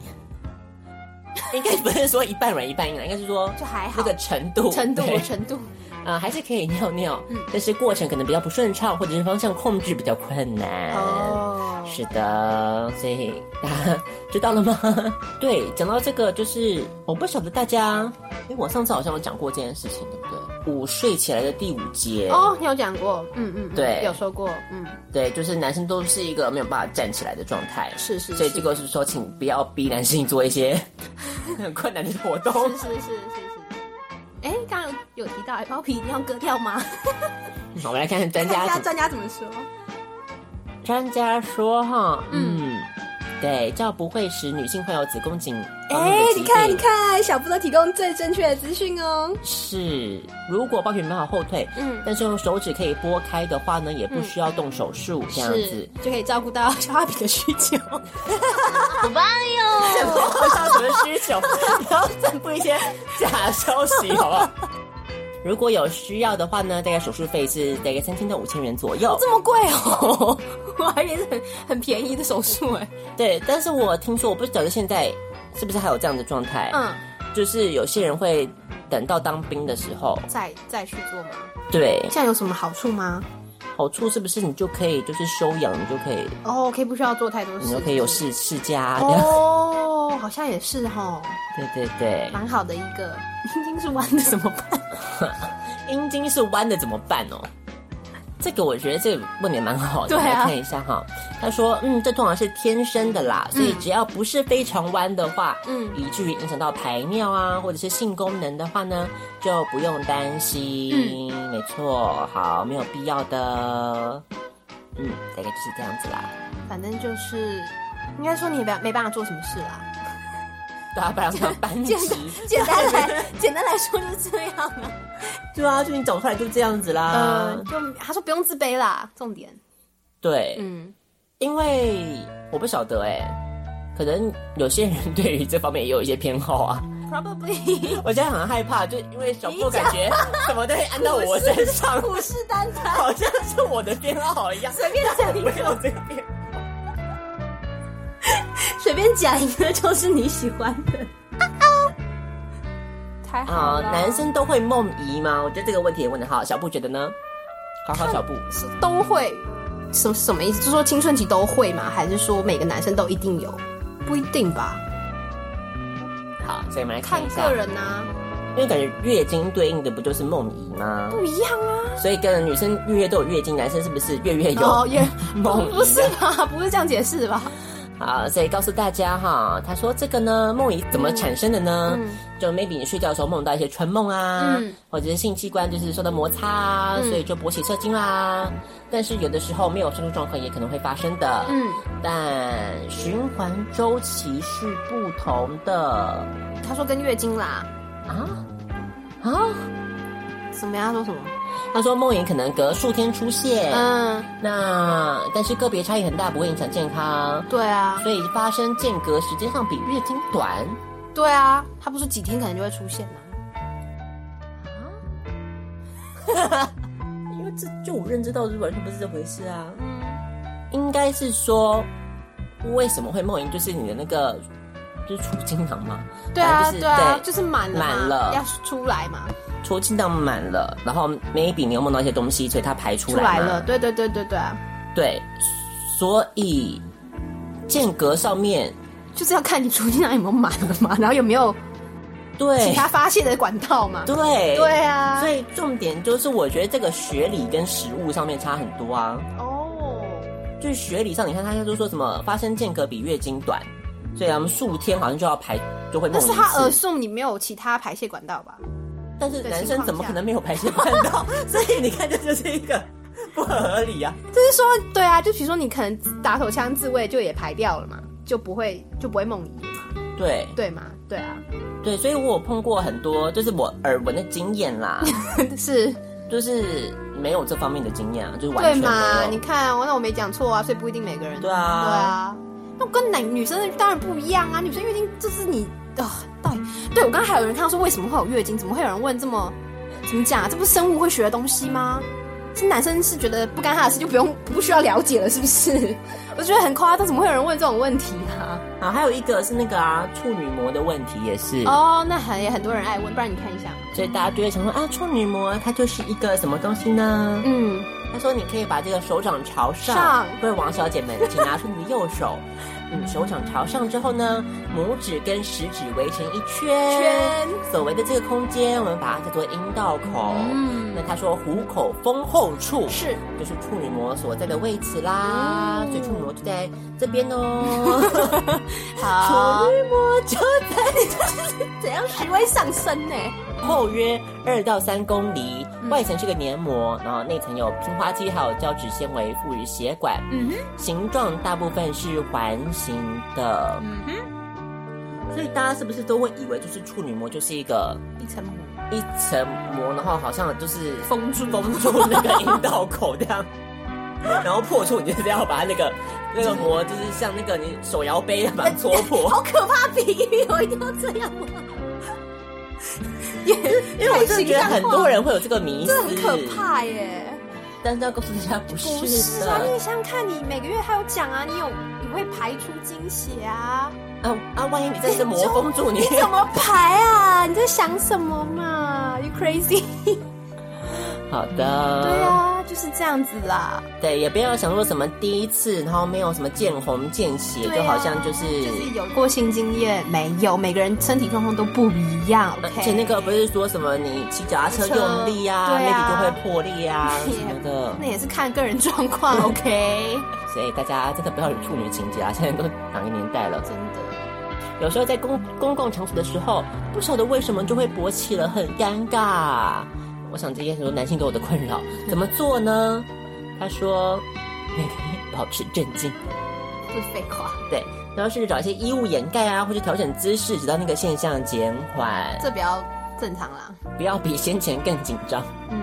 Speaker 1: 应该 不是说一半软一半硬啊啦，应该是说
Speaker 2: 就还好
Speaker 1: 这个程度，
Speaker 2: 程度
Speaker 1: 对
Speaker 2: 程度，
Speaker 1: 啊、还是可以尿尿，
Speaker 2: 嗯
Speaker 1: 但是过程可能比较不顺畅，或者是方向控制比较困难。
Speaker 2: 哦
Speaker 1: 是的，所以 大家知道了吗？ 对，讲到这个，就是我不晓得大家，哎，我上次好像有讲过这件事情，对不对？午睡起来的第五节，
Speaker 2: 哦，你有讲过，嗯嗯，嗯
Speaker 1: 对
Speaker 2: 有说过，嗯，
Speaker 1: 对，就是男生都是一个没有办法站起来的状态，
Speaker 2: 是是
Speaker 1: 所以
Speaker 2: 是
Speaker 1: 这个是说，请不要逼男性做一些 很困难的活 动。
Speaker 2: 是是是是是。哎，刚刚有有提到哎包皮一定要割掉吗？
Speaker 1: 好，我们来看看专家怎么
Speaker 2: 专家怎么说？
Speaker 1: 专家说哈，嗯，对，这样不会使女性患有子宫颈方面
Speaker 2: 哎
Speaker 1: 的疾
Speaker 2: 你
Speaker 1: 病。
Speaker 2: 看你看，小布都提供最正确的资讯哦。
Speaker 1: 是，如果包皮没办法后退，嗯，但是用手指可以拨开的话呢，也不需要动手术，这样
Speaker 2: 是
Speaker 1: 子。，
Speaker 2: 就可以照顾到小花皮的需求。
Speaker 4: 好棒哟！
Speaker 1: 不要上什么需求，不要散布一些假消息，好不好？如果有需要的话呢，大概手术费是大概三千到五千元左右。
Speaker 2: 这么贵哦， 我还以为是很很便宜的手术哎。
Speaker 1: 对，但是我听说，我不晓得现在是不是还有这样的状态，，
Speaker 2: 嗯，
Speaker 1: 就是有些人会等到当兵的时候，
Speaker 2: 再再去做吗？
Speaker 1: 对，
Speaker 2: 这样有什么好处吗？
Speaker 1: 好处是不是你就可以就是休养，你就可以，
Speaker 2: 哦，可以不需要做太多事，
Speaker 1: 你就可以有事事假，这样
Speaker 2: 哦，好像也是哈，
Speaker 1: 对 对对。
Speaker 2: 蛮好的一个。阴茎是弯的怎么办？
Speaker 1: 阴茎是弯的怎么办哦？这个我觉得这个问的蛮好的，
Speaker 2: 对啊
Speaker 1: 来看一下哈。他说，嗯，这通常是天生的
Speaker 2: 嗯
Speaker 1: 啦，所以只要不是非常弯的话，嗯，以至于影响到排尿啊或者是性功能的话呢，就不用担心。
Speaker 2: 嗯
Speaker 1: 没错，好，没有必要的。嗯，大概就是这样子啦。
Speaker 2: 反正就是，应该说你也没没办法做什么事啦。
Speaker 1: 对啊，不然我们 搬
Speaker 2: 简
Speaker 1: 职。
Speaker 2: 单 简单来简单来说就是这样啊。
Speaker 1: 对啊，就你长出来就这样子啦。
Speaker 2: 嗯，就他说不用自卑啦，重点。
Speaker 1: 对，
Speaker 2: 嗯，
Speaker 1: 因为我不晓得哎、可能有些人对于这方面也有一些偏好啊。
Speaker 2: 嗯 Probably
Speaker 1: 我现在很害怕，就因为小布感觉什么东西按到我身 上，
Speaker 2: 虎视眈眈，
Speaker 1: 好像是我的偏好一样。
Speaker 2: 随便讲一
Speaker 1: 没有
Speaker 2: 个，
Speaker 1: 这个偏，
Speaker 2: 随便讲一个就是你喜欢的。太
Speaker 1: 啊、
Speaker 2: 好了，
Speaker 1: 男生都会梦遗吗？我觉得这个问题也问得好，小布觉得呢？好好，小布，
Speaker 2: 是都会，什什么意思？就是说青春期都会吗？还是说每个男生都一定有？不一定吧，
Speaker 1: 好，所以我们来看
Speaker 2: 看
Speaker 1: 一下
Speaker 2: 个，人呐、啊，
Speaker 1: 因为感觉月经对应的不就是梦遗吗？
Speaker 2: 不一样啊。
Speaker 1: 所以跟女生月月都有月经，男生是不是月月有？
Speaker 2: 哦耶，
Speaker 1: 梦
Speaker 2: 不是吧？不是这样解释吧？
Speaker 1: 好，所以告诉大家哈，他说这个呢，梦遗怎么产生的呢？就 maybe 你睡觉的时候梦到一些春梦啊，或者是性器官就是受到摩擦啊，所以就勃起射精啦。但是有的时候没有生出状况也可能会发生的。嗯，但循环周期是不同的
Speaker 2: 他说跟月经啦，
Speaker 1: 啊啊。
Speaker 2: 怎么样？他说什么？
Speaker 1: 他说梦遗可能隔数天出现，
Speaker 2: 嗯，
Speaker 1: 那但是个别差异很大，不会影响健康。
Speaker 2: 对啊，
Speaker 1: 所以发生间隔时间上比月经短，
Speaker 2: 对啊，他不是几天可能就会出现啊。
Speaker 1: 因为这就我认知到是完全不是这回事啊。嗯，应该是说为什么会梦遗，就是你的那个就是出精囊嘛，
Speaker 2: 对啊，
Speaker 1: 反正
Speaker 2: 对啊，
Speaker 1: 对，
Speaker 2: 就是满了嘛，
Speaker 1: 满了
Speaker 2: 要出来嘛，
Speaker 1: 出精囊满了，然后 maybe 你又梦到一些东西，所以它排出
Speaker 2: 出
Speaker 1: 来
Speaker 2: 来
Speaker 1: 嘛
Speaker 2: 了，，对对对对对啊，
Speaker 1: 对，所以间隔上面
Speaker 2: 就是要看你出经量有没有满了嘛，然后有没有
Speaker 1: 对，
Speaker 2: 其他发泄的管道嘛。
Speaker 1: 对
Speaker 2: 哎对啊
Speaker 1: 所以重点就是，我觉得这个学理跟实物上面差很多啊。
Speaker 2: 哦，
Speaker 1: 就是学理上，你看他就说什么发生间隔比月经短，所以我们数天好像就要排就会梦
Speaker 2: 那
Speaker 1: 一
Speaker 2: 是他耳
Speaker 1: 次。
Speaker 2: 送，你没有其他排泄管道吧？
Speaker 1: 但是
Speaker 2: 的
Speaker 1: 男
Speaker 2: 情
Speaker 1: 生
Speaker 2: 况
Speaker 1: 怎么
Speaker 2: 下
Speaker 1: 可能没有排泄管道？ 所以你看，这就是一个不合理啊。
Speaker 2: 就是说，对啊，就比如说你可能打手枪自慰就也排掉了嘛，就不会就不会梦遗嘛，
Speaker 1: 对
Speaker 2: 对吗？对啊，
Speaker 1: 对，所以我有碰过很多，就是我耳闻的经验啦，
Speaker 2: 是
Speaker 1: 就是没有这方面的经验啊，就是完
Speaker 2: 对
Speaker 1: 全没
Speaker 2: 嘛？
Speaker 1: 有。
Speaker 2: 你看，我那我没讲错啊，所以不一定每个人
Speaker 1: 对
Speaker 2: 对
Speaker 1: 啊，
Speaker 2: 啊，那跟男女生的当然不一样啊，女生月经这是你啊、到底对我刚刚还有人看到说为什么会有月经，怎么会有人问这么怎么讲、啊？这不是生物会学的东西吗？是男生是觉得不干他的事就不用 不需要了解了，是不是？ 我觉得很夸张，怎么会有人问这种问题啊？
Speaker 1: 啊，还有一个是那个啊，处女膜的问题也是，
Speaker 2: 哦，那很也很多人爱问，不然你看一下，
Speaker 1: 所以大家就会想说啊，处女膜它就是一个什么东西呢？
Speaker 2: 嗯，
Speaker 1: 他说：“你可以把这个手掌朝上，
Speaker 2: 上
Speaker 1: 各位王小姐们，请拿出你的右 手，嗯，手掌朝上之后呢，拇指跟食指围成一圈，
Speaker 2: 圈
Speaker 1: 所谓的这个空间，我们把它叫做阴道口。
Speaker 2: 嗯
Speaker 1: 那他说虎口丰后处
Speaker 2: 是嗯
Speaker 1: 就是处女膜所在的位置啦，所以处女膜就在这边 哦。
Speaker 2: 好，
Speaker 1: 处女膜就在
Speaker 2: 怎样 虚位上升呢？
Speaker 1: 后约二到三公里，
Speaker 2: 嗯
Speaker 1: 外层是个黏膜，然后内层有平滑肌，还有胶质纤维赋予血管。
Speaker 2: 嗯
Speaker 1: 形状大部分是环形的。
Speaker 2: 嗯哼，
Speaker 1: 所以大家是不是都会以为就是处女膜就是一个
Speaker 2: 一层膜，
Speaker 1: 一层膜，然后好像就是
Speaker 2: 封住
Speaker 1: 封住那个阴道口这样， 然后破处你就是要把那个那个膜，就是像那个你手摇杯把它戳 破。
Speaker 2: 好可怕比喻，我一定要这样吗？也
Speaker 1: 因为我真的觉得很多人会有这个迷思，
Speaker 2: 真的很可，怕耶。
Speaker 1: 但是要告诉大家不是的。
Speaker 2: 不是啊，你想想看，你每个月还有讲啊，你有你会排出精血啊，
Speaker 1: 啊啊！万一你真的是膜封住你，
Speaker 2: 哎你怎么排啊？你在想什么嘛？You crazy？
Speaker 1: 好的，
Speaker 2: 对
Speaker 1: 对
Speaker 2: 啊，就是这样子啦。
Speaker 1: 对，也不要想说什么第一次，然后没有什么见红见血，
Speaker 2: 对啊
Speaker 1: 就好像就是。
Speaker 2: 就是有过性经验没有？每个人身体状况都不一样
Speaker 1: 而
Speaker 2: ，OK？
Speaker 1: 且呃那个不是说什么你骑脚踏车
Speaker 2: 车
Speaker 1: 用力啊，
Speaker 2: 对
Speaker 1: 那
Speaker 2: 啊
Speaker 1: 个就会破裂啊 什么的
Speaker 2: 那，也是看个人状 况，OK？
Speaker 1: 所以大家真的不要有处女情节啊！现在都哪个年代了？
Speaker 2: 真的，
Speaker 1: 有时候在公公共场所的时候，不晓得为什么就会勃起了，很尴尬。我想这些很多男性都有的困扰，怎么做呢？他说， 每天保持镇静，
Speaker 2: 不是废话，
Speaker 1: 对，然后甚至找一些衣物掩盖啊，或者调整姿势，直到那个现象减缓，
Speaker 2: 这比较正常啦。
Speaker 1: 不要比先前更紧张。
Speaker 2: 嗯，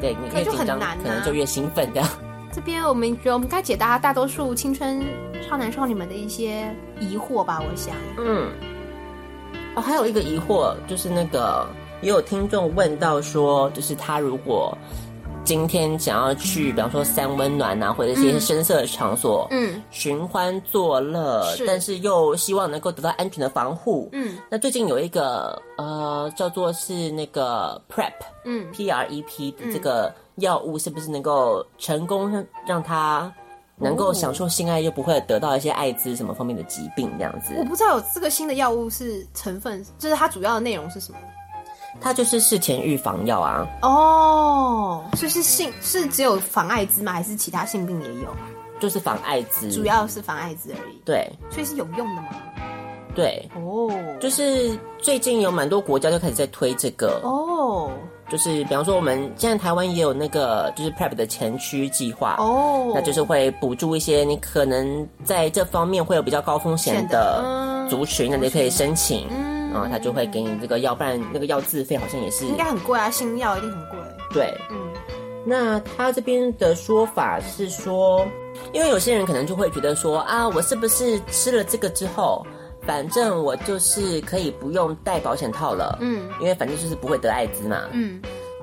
Speaker 1: 对，你越
Speaker 2: 那就
Speaker 1: 紧
Speaker 2: 很
Speaker 1: 张，
Speaker 2: 难啊
Speaker 1: 可能就越兴奋这样。
Speaker 2: 这边我们觉得我们该解答大多数青春少男少女们的一些疑惑吧，我想。
Speaker 1: 嗯，哦，还有一个疑惑就是那个也有听众问到说，就是他如果今天想要去，比方说三温暖啊，或者一些深色的场所，
Speaker 2: 嗯，
Speaker 1: 寻欢作乐，
Speaker 2: 是
Speaker 1: 但是又希望能够得到安全的防护，
Speaker 2: 嗯。
Speaker 1: 那最近有一个呃，叫做是那个 PrEP，
Speaker 2: 嗯
Speaker 1: ，P R E P 的这个药物是不是能够成功让让他能
Speaker 2: 哦
Speaker 1: 够享受性爱，又不会得到一些艾滋什么方面的疾病这样子
Speaker 2: 我？不知道有这个新的药物是成分，就是它主要的内容是什么
Speaker 1: 它就是事前预防药啊，
Speaker 2: 哦，所以是性是只有防艾滋吗？还是其他性病也有？
Speaker 1: 就是防艾滋，
Speaker 2: 主要是防艾滋而已，
Speaker 1: 对
Speaker 2: 所以是有用的吗？
Speaker 1: 对，
Speaker 2: 哦，
Speaker 1: 就是最近有蛮多国家就开始在推这个，
Speaker 2: 哦
Speaker 1: 就是比方说我们现在台湾也有那个就是 PrEP 的前驱计划
Speaker 2: 哦，
Speaker 1: 那就是会补助一些你可能在这方面会有比较高风险
Speaker 2: 选的
Speaker 1: 的
Speaker 2: 嗯
Speaker 1: 族群，那你就可以申请，
Speaker 2: 嗯
Speaker 1: 然后他就会给你这个药，不然那个药自费好像也是
Speaker 2: 应该很贵啊，新药一定很贵。
Speaker 1: 对。
Speaker 2: 嗯，
Speaker 1: 那他这边的说法是说，因为有些人可能就会觉得说啊，我是不是吃了这个之后，反正我就是可以不用戴保险套了，
Speaker 2: 嗯，
Speaker 1: 因为反正就是不会得艾滋嘛，
Speaker 2: 嗯，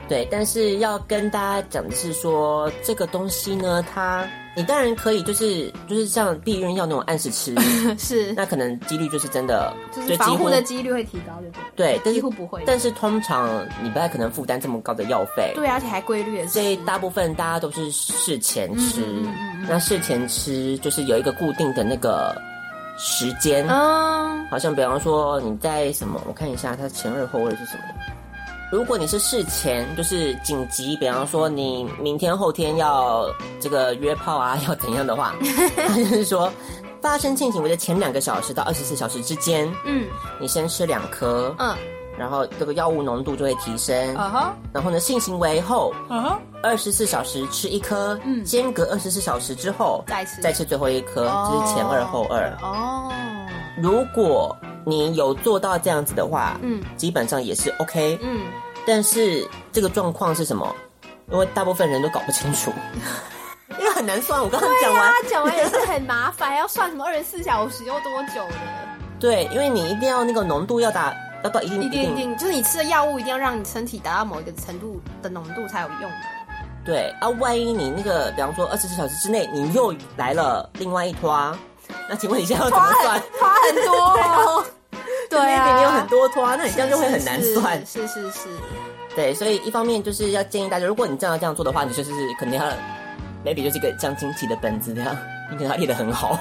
Speaker 1: 对，但是要跟大家讲的是说，这个东西呢，它你当然可以就是就是像避孕药那种按时 吃，
Speaker 2: 是，
Speaker 1: 那可能几率就是真的
Speaker 2: 就是防护的
Speaker 1: 几乎
Speaker 2: 几率会提高，对不对？
Speaker 1: 对，但
Speaker 2: 几
Speaker 1: 是
Speaker 2: 乎不会
Speaker 1: 但是通常你不太可能负担这么高的药费，
Speaker 2: 对啊，而且还规律的
Speaker 1: 所
Speaker 2: 是，
Speaker 1: 以大部分大家都
Speaker 2: 嗯
Speaker 1: 是事前吃。那事前吃就是有一个固定的那个时间，
Speaker 2: 嗯，
Speaker 1: 好像比方说你在什么，我看一下它前二后位是什么。如果你是事前，就是紧急，比方说你明天后天要这个约炮啊，要怎样的 话，它就是说发生性行为的前两个小时到二十四小时之间，
Speaker 2: 嗯
Speaker 1: 你先吃两颗，
Speaker 2: 嗯，
Speaker 1: 然后这个药物浓度就会提升，
Speaker 2: 啊哈，
Speaker 1: 然后呢性行为后
Speaker 2: 啊哈，
Speaker 1: 二十四小时吃一颗，
Speaker 2: 嗯
Speaker 1: 间隔二十四小时之后
Speaker 2: 再吃
Speaker 1: 再吃最后一颗，这是前二后二。
Speaker 2: 哦，
Speaker 1: 如果你有做到这样子的话，
Speaker 2: 嗯
Speaker 1: 基本上也是 OK，
Speaker 2: 嗯，
Speaker 1: 但是这个状况是什么？因为大部分人都搞不清 楚，因为很难算。我刚刚讲
Speaker 2: 对
Speaker 1: 完
Speaker 2: 啊，，讲完也是很麻烦，还要算什么二十四小时又多久的？
Speaker 1: 对，因为你一定要那个浓度要达要到一定
Speaker 2: 一定一定，就是你吃的药物一定要让你身体达到某一个程度的浓度才有用的。
Speaker 1: 对啊，万一你那个，比方说二十四小时之内，你又来了另外一拖，那请问你现在要怎么算？
Speaker 2: 花很多、哦， 对
Speaker 1: 那
Speaker 2: 啊，
Speaker 1: 边你有很多拖，那你这样就会很难算。
Speaker 2: 是是是，
Speaker 1: 对，所以一方面就是要建议大家，如果你真的这样做的话，你就是肯定要，maybe 就是一个像经济的本子这样，你可能要列得很好。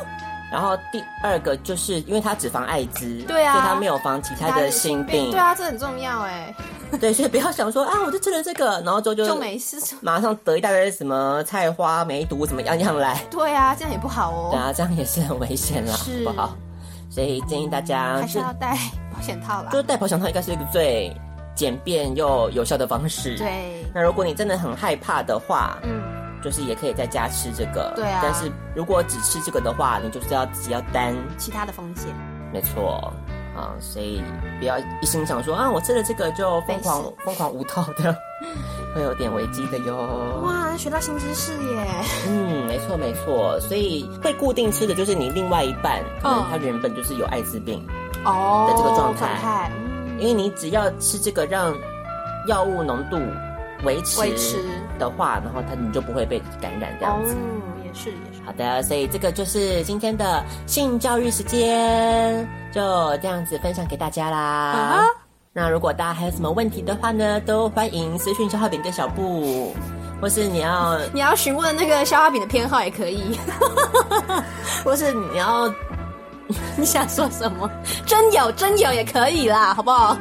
Speaker 1: 然后第二个就是因为它只防艾滋，
Speaker 2: 对啊
Speaker 1: 所以它没有防其他的心病，
Speaker 2: 对啊，这很重要哎，
Speaker 1: 对，所以不要想说啊，我就吃了这个，然后就就
Speaker 2: 就没事。
Speaker 1: 马上得一大堆什么菜花、梅毒怎么样样来，
Speaker 2: 对啊，这样也不好
Speaker 1: 对
Speaker 2: 哦，
Speaker 1: 啊，这样也是很危险啦，好
Speaker 2: 是
Speaker 1: 不好？所以建议大家
Speaker 2: 还是
Speaker 1: 就
Speaker 2: 要戴保险套啦
Speaker 1: 就。戴保险套应该是一个最简便又有效的方式。。
Speaker 2: 对，
Speaker 1: 那如果你真的很害怕的话，
Speaker 2: 嗯，
Speaker 1: 就是也可以在家吃这个。
Speaker 2: 对啊
Speaker 1: 但是如果只吃这个的话，你就是要自己要担，
Speaker 2: 其他的风险
Speaker 1: 没错。啊、所以不要一心想说啊，我吃了这个就疯狂
Speaker 2: 没
Speaker 1: 疯狂无套的， 会有点危机的哟。
Speaker 2: 哇，学到新知识耶，
Speaker 1: 嗯，没错没错，所以会固定吃的就是你另外一半，可能他原本就是有艾滋病，
Speaker 2: 哦
Speaker 1: 的这个状态
Speaker 2: 态嗯
Speaker 1: 因为你只要吃这个让药物浓度维持
Speaker 2: 维持
Speaker 1: 的话，然后他你就不会被感染这样子。
Speaker 2: 哦，也是也是，
Speaker 1: 好的，所以这个就是今天的性教育时间，就这样子分享给大家啦。
Speaker 2: 啊
Speaker 1: 那如果大家还有什么问题的话呢，都欢迎私讯小浩饼跟小布，或是你要，
Speaker 2: 你要询问那个消化饼的偏好也可以，
Speaker 1: 或是你要，
Speaker 2: 你想说什么？真有真有也可以啦，好不好？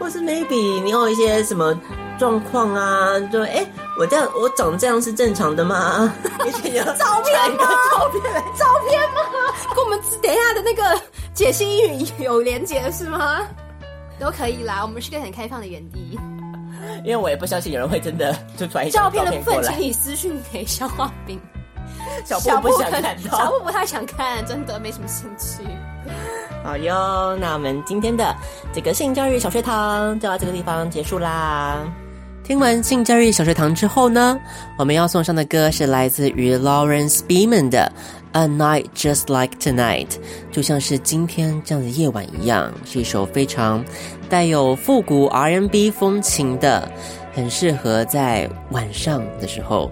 Speaker 1: 或是 maybe 你有一些什么状况啊，就哎、我这样我长这样是正常的 吗？也许你要照片吗？照片来
Speaker 2: 照片吗？跟我们等一下的那个解析英语有连结是吗？都可以啦，我们是个很开放的园地。
Speaker 1: 因为我也不相信有人会真的就传一张
Speaker 2: 照片的
Speaker 1: 照片
Speaker 2: 部
Speaker 1: 过
Speaker 2: 分，
Speaker 1: 来
Speaker 2: 请，你私讯给消化饼。
Speaker 1: 小布不想
Speaker 2: 可能
Speaker 1: 看到，
Speaker 2: 小布不太想看，真的没什么兴趣。
Speaker 1: 好哟，那我们今天的这个性教育小学堂就到这个地方结束啦。听完性教育小学堂之后呢，我们要送上的歌是来自于 Lawrence Beeman 的《A Night Just Like Tonight》，就像是今天这样的夜晚一样，是一首非常带有复古 R&B 风情的，很适合在晚上的时候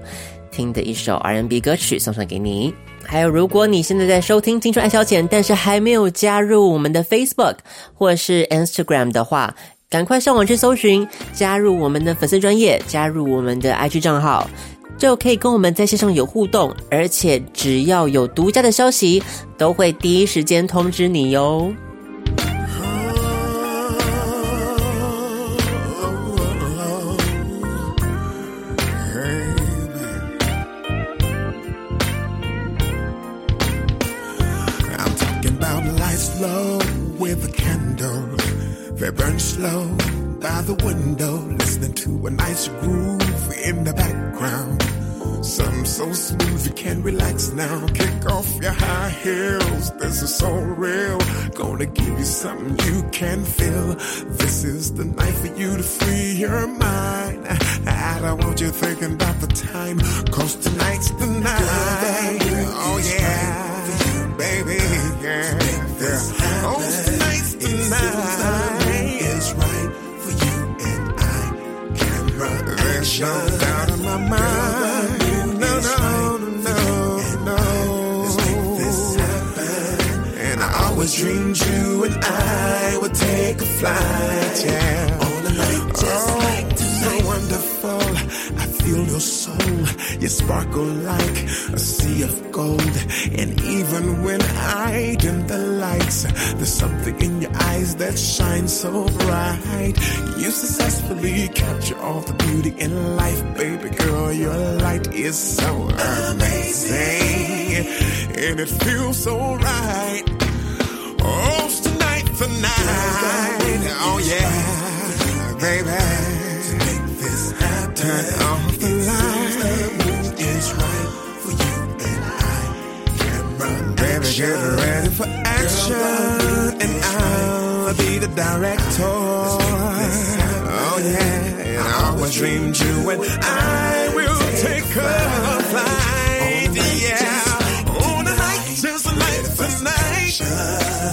Speaker 1: 听的一首 R&B 歌曲送上给你。还有，如果你现在在收听《青春爱消遣》，但是还没有加入我们的 Facebook 或是 Instagram 的话，赶快上网去搜寻，加入我们的粉丝专业，加入我们的 IG 账号，就可以跟我们在线上有互动，而且只要有独家的消息，都会第一时间通知你哟。
Speaker 7: I'm talking about lights low with a candle. They burn slow by the window, listening to a nice groove in the background. Something so smooth you can relax now. Kick off your high heels. This is so real. Gonna give you something you can feel. This is the night for you to free your mind. I don't want you thinking about the time. Cause tonight's the night. Oh yeah. Baby, yeah. Oh, tonight's the night. It's right for you and I camera There's no doubt in my mind. No, no, no, no. And I always dreamed you and I would take a flight, yeah. On a night just like tonight. So wonderful. I feel your soul. You sparkle like a sea of gold. And even when I dim the lights, there's something in your eyes that shines so bright. You successfully capture all the beauty in life, baby girl. Your light is so amazing. And it feels so right. Oh, tonight, tonight. Oh, yeah, baby. Turn off the lights. The mood is right for you and I. Camera, baby, get ready for action, and I'll be the director. Oh yeah, and I always dreamed you and I will take a flight. Yeah, on a night just like tonight.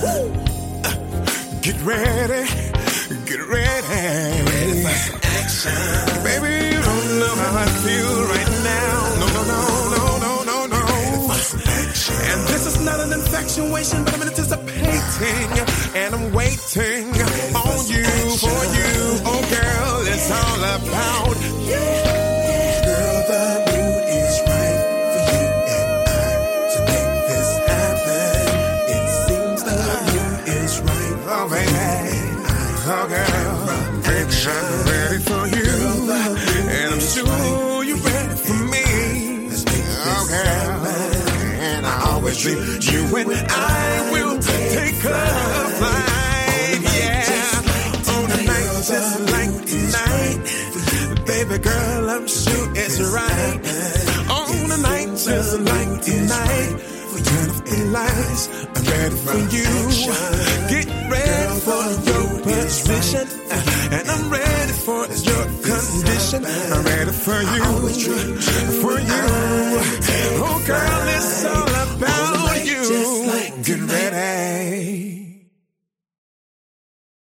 Speaker 7: Woo. Get ready, get ready, ready for some action, baby. You don't know how I feel right now. No, no, no, no, no, no, no. And this is not an infatuation, but I'm anticipating and I'm waiting on you for you. Oh, girl, it's all about you. Girl, the mood is right for you and I to make this happen. It seems the mood is right, oh baby. Oh, girl, baby, I'm ready for you, and I'm sure you're ready for me. Oh, girl, and I always dream you and I will take a flight. Yeah, on a night just like tonight, baby girl, I'm sure it's right. On a night just like tonight. Turn off the lights. I'm ready for you. Get ready for your position. And I'm ready for your condition. I'm ready for you. For you. Oh, girl, it's all about you. Get ready.